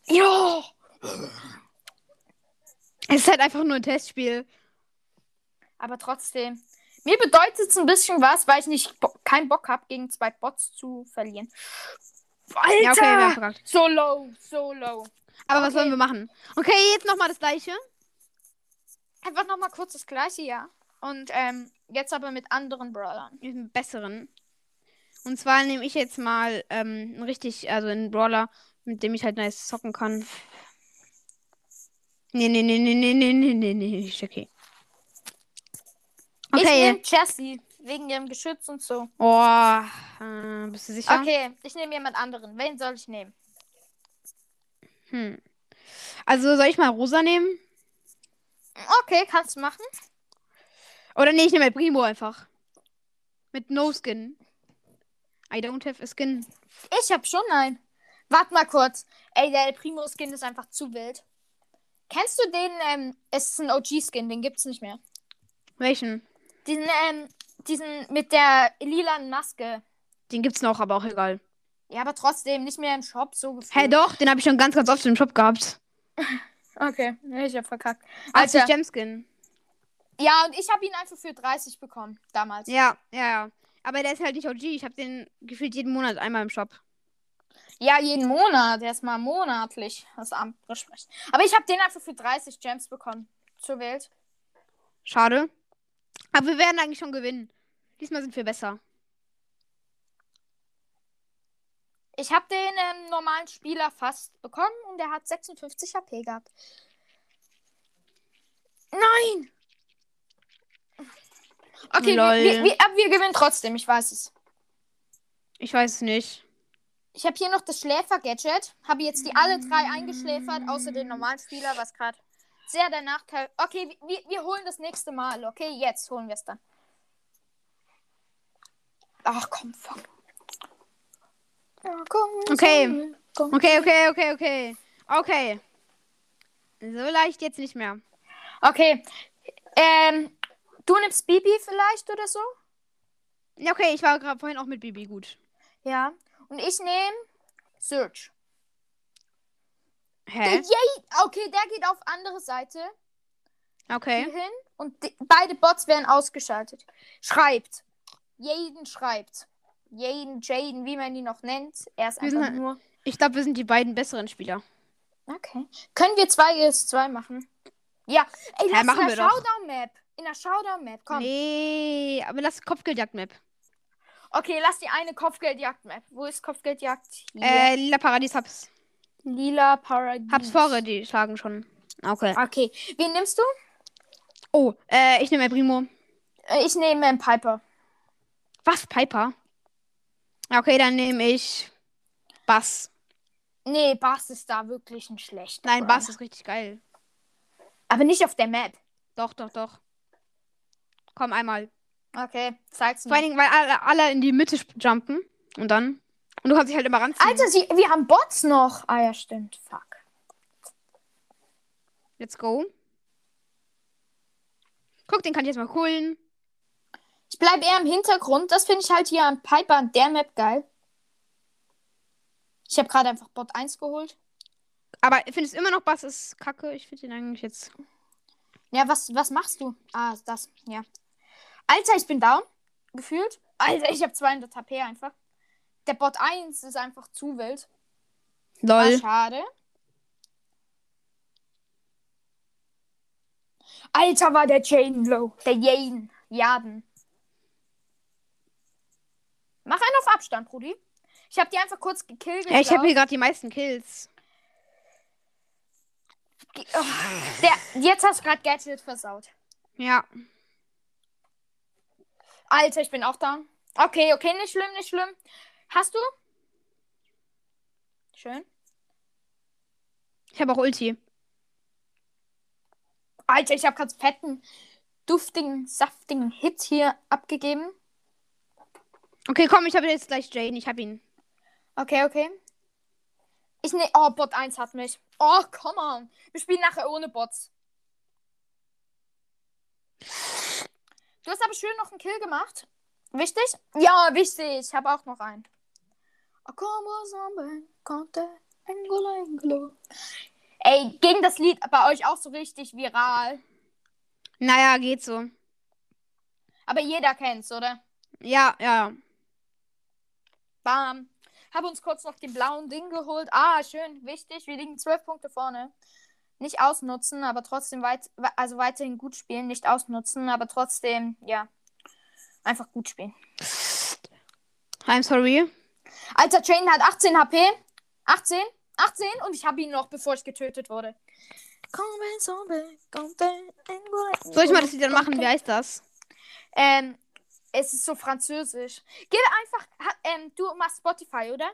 [SPEAKER 1] Jo!
[SPEAKER 2] Es ist halt einfach nur ein Testspiel.
[SPEAKER 1] Aber trotzdem. Mir bedeutet es ein bisschen was, weil ich nicht bo keinen Bock habe, gegen zwei Bots zu verlieren. Alter!
[SPEAKER 2] Ja, okay, wir haben verkackt.
[SPEAKER 1] so low, so low.
[SPEAKER 2] Aber was
[SPEAKER 1] Okay.
[SPEAKER 2] wollen wir machen? Okay, jetzt nochmal das gleiche.
[SPEAKER 1] Einfach nochmal kurz das gleiche, ja. Und ähm, jetzt aber mit anderen Brawlern.
[SPEAKER 2] Mit einem besseren. Und zwar nehme ich jetzt mal ähm, einen richtig, also einen Brawler, mit dem ich halt nice zocken kann. Nee, nee, nee, nee, nee, nee, nee, nee, nee, ist okay.
[SPEAKER 1] Ich
[SPEAKER 2] Okay.
[SPEAKER 1] nehme Jessie, wegen ihrem Geschütz und so.
[SPEAKER 2] Oh, äh, bist du sicher?
[SPEAKER 1] Okay, ich nehme jemand anderen. Wen soll ich nehmen?
[SPEAKER 2] Hm. Also soll ich mal Rosa nehmen?
[SPEAKER 1] Okay, kannst du machen.
[SPEAKER 2] Oder nee, ich nehme halt Primo einfach. Mit No Skin. I don't have a skin.
[SPEAKER 1] Ich hab schon einen. Warte mal kurz. Ey, der El Primo Skin ist einfach zu wild. Kennst du den? Ähm, es ist ein OG-Skin, den gibt's nicht mehr.
[SPEAKER 2] Welchen?
[SPEAKER 1] Diesen, ähm, diesen mit der lilanen Maske.
[SPEAKER 2] Den gibt's noch, aber auch egal.
[SPEAKER 1] Ja, aber trotzdem nicht mehr im Shop, so gefühlt.
[SPEAKER 2] Hä, hey, doch, den habe ich schon ganz, ganz oft im Shop gehabt.
[SPEAKER 1] Okay, ich hab verkackt.
[SPEAKER 2] Als ich
[SPEAKER 1] Alter.
[SPEAKER 2] Gemskin.
[SPEAKER 1] Ja, und ich hab ihn einfach für 30 bekommen, damals.
[SPEAKER 2] Ja, ja, ja. Aber der ist halt nicht OG. Ich habe den gefühlt jeden Monat einmal im Shop.
[SPEAKER 1] Ja, jeden Monat. Erstmal monatlich. Das Amt besprechen. Aber ich habe den einfach für 30 Gems bekommen. Zur Welt.
[SPEAKER 2] Schade. Aber wir werden eigentlich schon gewinnen. Diesmal sind wir besser.
[SPEAKER 1] Ich habe den ähm, normalen Spieler fast bekommen und der hat 56 HP gehabt. Nein! Okay,
[SPEAKER 2] Lol.
[SPEAKER 1] wir, wir, wir, aber wir gewinnen trotzdem. Ich weiß es.
[SPEAKER 2] Ich weiß es nicht.
[SPEAKER 1] Ich habe hier noch das Schläfer-Gadget. Habe jetzt die alle drei eingeschläfert, außer den normalen Spieler, was gerade sehr der Nachteil. Okay, wir- wir, wir holen das nächste Mal. Okay, jetzt holen wir es dann. Ach komm, fuck. Ach, komm,
[SPEAKER 2] Okay.
[SPEAKER 1] komm.
[SPEAKER 2] Okay, okay, okay, okay. Okay. So leicht jetzt nicht mehr.
[SPEAKER 1] Okay. Ähm, du nimmst Bibi vielleicht oder so?
[SPEAKER 2] Ja, Okay, ich war gerade vorhin auch mit Bibi gut.
[SPEAKER 1] Ja. Und ich nehme Search.
[SPEAKER 2] Hä?
[SPEAKER 1] Äh, Okay, der geht auf andere Seite.
[SPEAKER 2] Okay.
[SPEAKER 1] hier hin und di- beide Bots werden ausgeschaltet. Schreibt. Jaden schreibt. Jaden, Jaden, wie man ihn noch nennt. Er ist
[SPEAKER 2] Wir
[SPEAKER 1] einfach
[SPEAKER 2] sind- halt
[SPEAKER 1] nur.
[SPEAKER 2] Ich glaube, wir sind die beiden besseren Spieler.
[SPEAKER 1] Okay. Können wir 2 gegen 2 machen? Ja. Ey,
[SPEAKER 2] Ja,
[SPEAKER 1] lass
[SPEAKER 2] machen
[SPEAKER 1] in
[SPEAKER 2] wir
[SPEAKER 1] der
[SPEAKER 2] doch.
[SPEAKER 1] Showdown-Map. In der Showdown-Map, komm.
[SPEAKER 2] Nee, aber lass Kopfgeldjagd-Map.
[SPEAKER 1] Okay, lass die eine Kopfgeldjagd-Map. Wo ist Kopfgeldjagd? Hier.
[SPEAKER 2] Äh, Lila Paradies hab's.
[SPEAKER 1] Lila Paradies.
[SPEAKER 2] Hab's vorher, die schlagen schon. Okay.
[SPEAKER 1] Okay. Wen nimmst du?
[SPEAKER 2] Oh, äh, ich nehme El Primo.
[SPEAKER 1] Äh, Ich nehme ähm, Piper.
[SPEAKER 2] Was? Piper? Okay, dann nehme ich Bass.
[SPEAKER 1] Nee, Bass ist da wirklich ein schlechter.
[SPEAKER 2] Nein,
[SPEAKER 1] Brawler.
[SPEAKER 2] Bass ist richtig geil.
[SPEAKER 1] Aber nicht auf der Map.
[SPEAKER 2] Doch, doch, doch. Komm einmal.
[SPEAKER 1] Okay, zeig's
[SPEAKER 2] Vor
[SPEAKER 1] mir.
[SPEAKER 2] allen Dingen, weil alle, alle in die Mitte sp- jumpen. Und dann. Und du kannst dich halt immer ranziehen.
[SPEAKER 1] Alter, sie, wir haben Bots noch. Ah ja, stimmt. Fuck.
[SPEAKER 2] Let's go. Guck, den kann ich jetzt mal holen.
[SPEAKER 1] Ich bleibe eher im Hintergrund. Das finde ich halt hier an Piper an der Map geil. Ich habe gerade einfach Bot 1 geholt.
[SPEAKER 2] Aber findest du immer noch Bass ist kacke? Ich finde den eigentlich jetzt.
[SPEAKER 1] Ja, was, was machst du? Ah, das. Ja. Alter, ich bin down. Gefühlt. Alter, ich habe 200 HP einfach. Der Bot 1 ist einfach zu wild. Ah,
[SPEAKER 2] Lol.
[SPEAKER 1] schade. Alter, war der Jaden low. Der Jaden. Jaden. Mach einen auf Abstand, Rudi. Ich hab die einfach kurz gekillt.
[SPEAKER 2] Ja, ich
[SPEAKER 1] glaub.
[SPEAKER 2] habe hier gerade die meisten Kills.
[SPEAKER 1] Ge- oh, der, jetzt hast du gerade Gadget versaut.
[SPEAKER 2] Ja.
[SPEAKER 1] Alter, ich bin auch down. Okay, okay, nicht schlimm, nicht schlimm. Hast du? Schön.
[SPEAKER 2] Ich habe auch Ulti.
[SPEAKER 1] Alter, ich hab grad fetten, duftigen, saftigen Hit hier abgegeben.
[SPEAKER 2] Okay, komm, ich habe jetzt gleich Jane. Ich habe ihn.
[SPEAKER 1] Okay, okay. Ich ne. Oh, Bot 1 hat mich. Oh, come on. Wir spielen nachher ohne Bots. Du hast aber schön noch einen Kill gemacht. Wichtig? Ja, wichtig. Ich habe auch noch einen. Oh, come on, somebody, conte, angolo, angolo. Ey, ging das Lied bei euch auch so richtig viral?
[SPEAKER 2] Naja, geht so.
[SPEAKER 1] Aber jeder kennt's, oder?
[SPEAKER 2] Ja, ja.
[SPEAKER 1] Bam. Hab uns kurz noch den blauen Ding geholt. Ah, schön, wichtig. Wir liegen zwölf Punkte vorne. Nicht ausnutzen, aber trotzdem weit, we- also weiterhin gut spielen. Nicht ausnutzen, aber trotzdem, ja. Einfach gut spielen.
[SPEAKER 2] I'm sorry.
[SPEAKER 1] Alter, Train hat 18 HP. 18, 18 und ich habe ihn noch, bevor ich getötet wurde.
[SPEAKER 2] Soll ich mal das Lied dann machen? Wie heißt das?
[SPEAKER 1] Ähm, es ist so französisch. Geh einfach, ha- ähm, du machst Spotify, oder?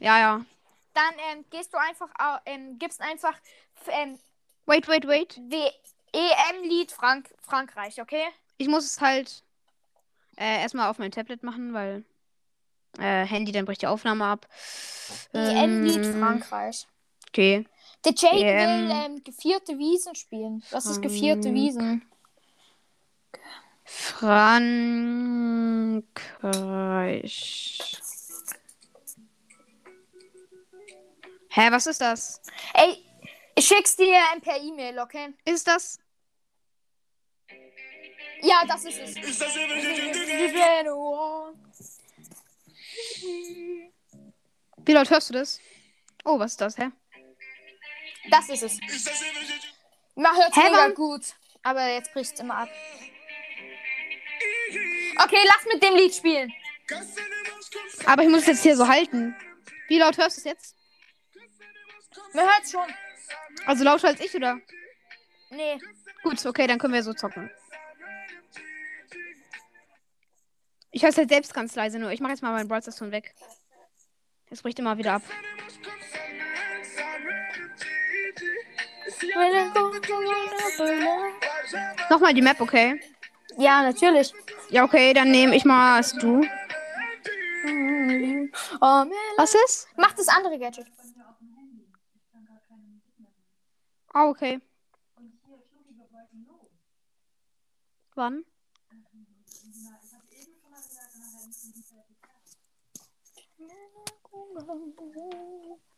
[SPEAKER 2] Ja, ja.
[SPEAKER 1] Dann ähm, gehst du einfach, au- ähm, gibst einfach f- ähm,
[SPEAKER 2] Wait, wait, wait.
[SPEAKER 1] WM-Lied E Frank Frankreich, okay?
[SPEAKER 2] Ich muss es halt äh, erstmal auf mein Tablet machen, weil. Äh, Handy, dann bricht die Aufnahme ab.
[SPEAKER 1] EM liegt
[SPEAKER 2] Ähm,
[SPEAKER 1] E Frankreich.
[SPEAKER 2] Okay.
[SPEAKER 1] Der Jake
[SPEAKER 2] EM.
[SPEAKER 1] will ähm, gevierte Wiesen spielen. Was ist gevierte
[SPEAKER 2] Frank-
[SPEAKER 1] Wiesen?
[SPEAKER 2] Frankreich. Hä, was ist das?
[SPEAKER 1] Ey, ich schick's dir ähm, per E-Mail, okay?
[SPEAKER 2] Ist das?
[SPEAKER 1] Ja, das ist es.
[SPEAKER 3] Is dat even?
[SPEAKER 1] Wie
[SPEAKER 2] Wie laut hörst du das? Oh, was ist das, hä?
[SPEAKER 1] Das ist es.
[SPEAKER 3] Is dat even?
[SPEAKER 1] Man hört
[SPEAKER 2] Hä,
[SPEAKER 1] mega
[SPEAKER 2] warum-
[SPEAKER 1] gut. Aber jetzt bricht's immer ab. Okay, lass mit dem Lied spielen.
[SPEAKER 2] Aber ich muss es jetzt hier so halten. Wie laut hörst du es jetzt?
[SPEAKER 1] Man hört's schon.
[SPEAKER 2] Also lauter als ich, oder?
[SPEAKER 1] Nee.
[SPEAKER 2] Gut, okay, dann können wir so zocken. Ich höre es halt selbst ganz leise nur. Ich mache jetzt mal meinen Brawl Stars Ton weg. Es bricht immer wieder ab. Nochmal die Map, okay?
[SPEAKER 1] Ja, natürlich.
[SPEAKER 2] Ja, okay, dann nehme ich mal hast du.
[SPEAKER 1] Oh,
[SPEAKER 2] Was ist?
[SPEAKER 1] Mach das andere Gadget.
[SPEAKER 2] Ah, okay. Wann?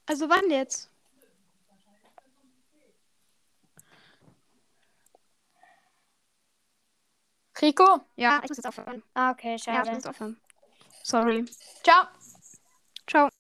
[SPEAKER 2] Also wann jetzt?
[SPEAKER 1] Rico?
[SPEAKER 2] Ah, Ja, ich muss jetzt aufhören.
[SPEAKER 1] Ah, okay,
[SPEAKER 2] Ja, ich muss jetzt aufhören. Sorry.
[SPEAKER 1] Ciao.
[SPEAKER 2] Ciao.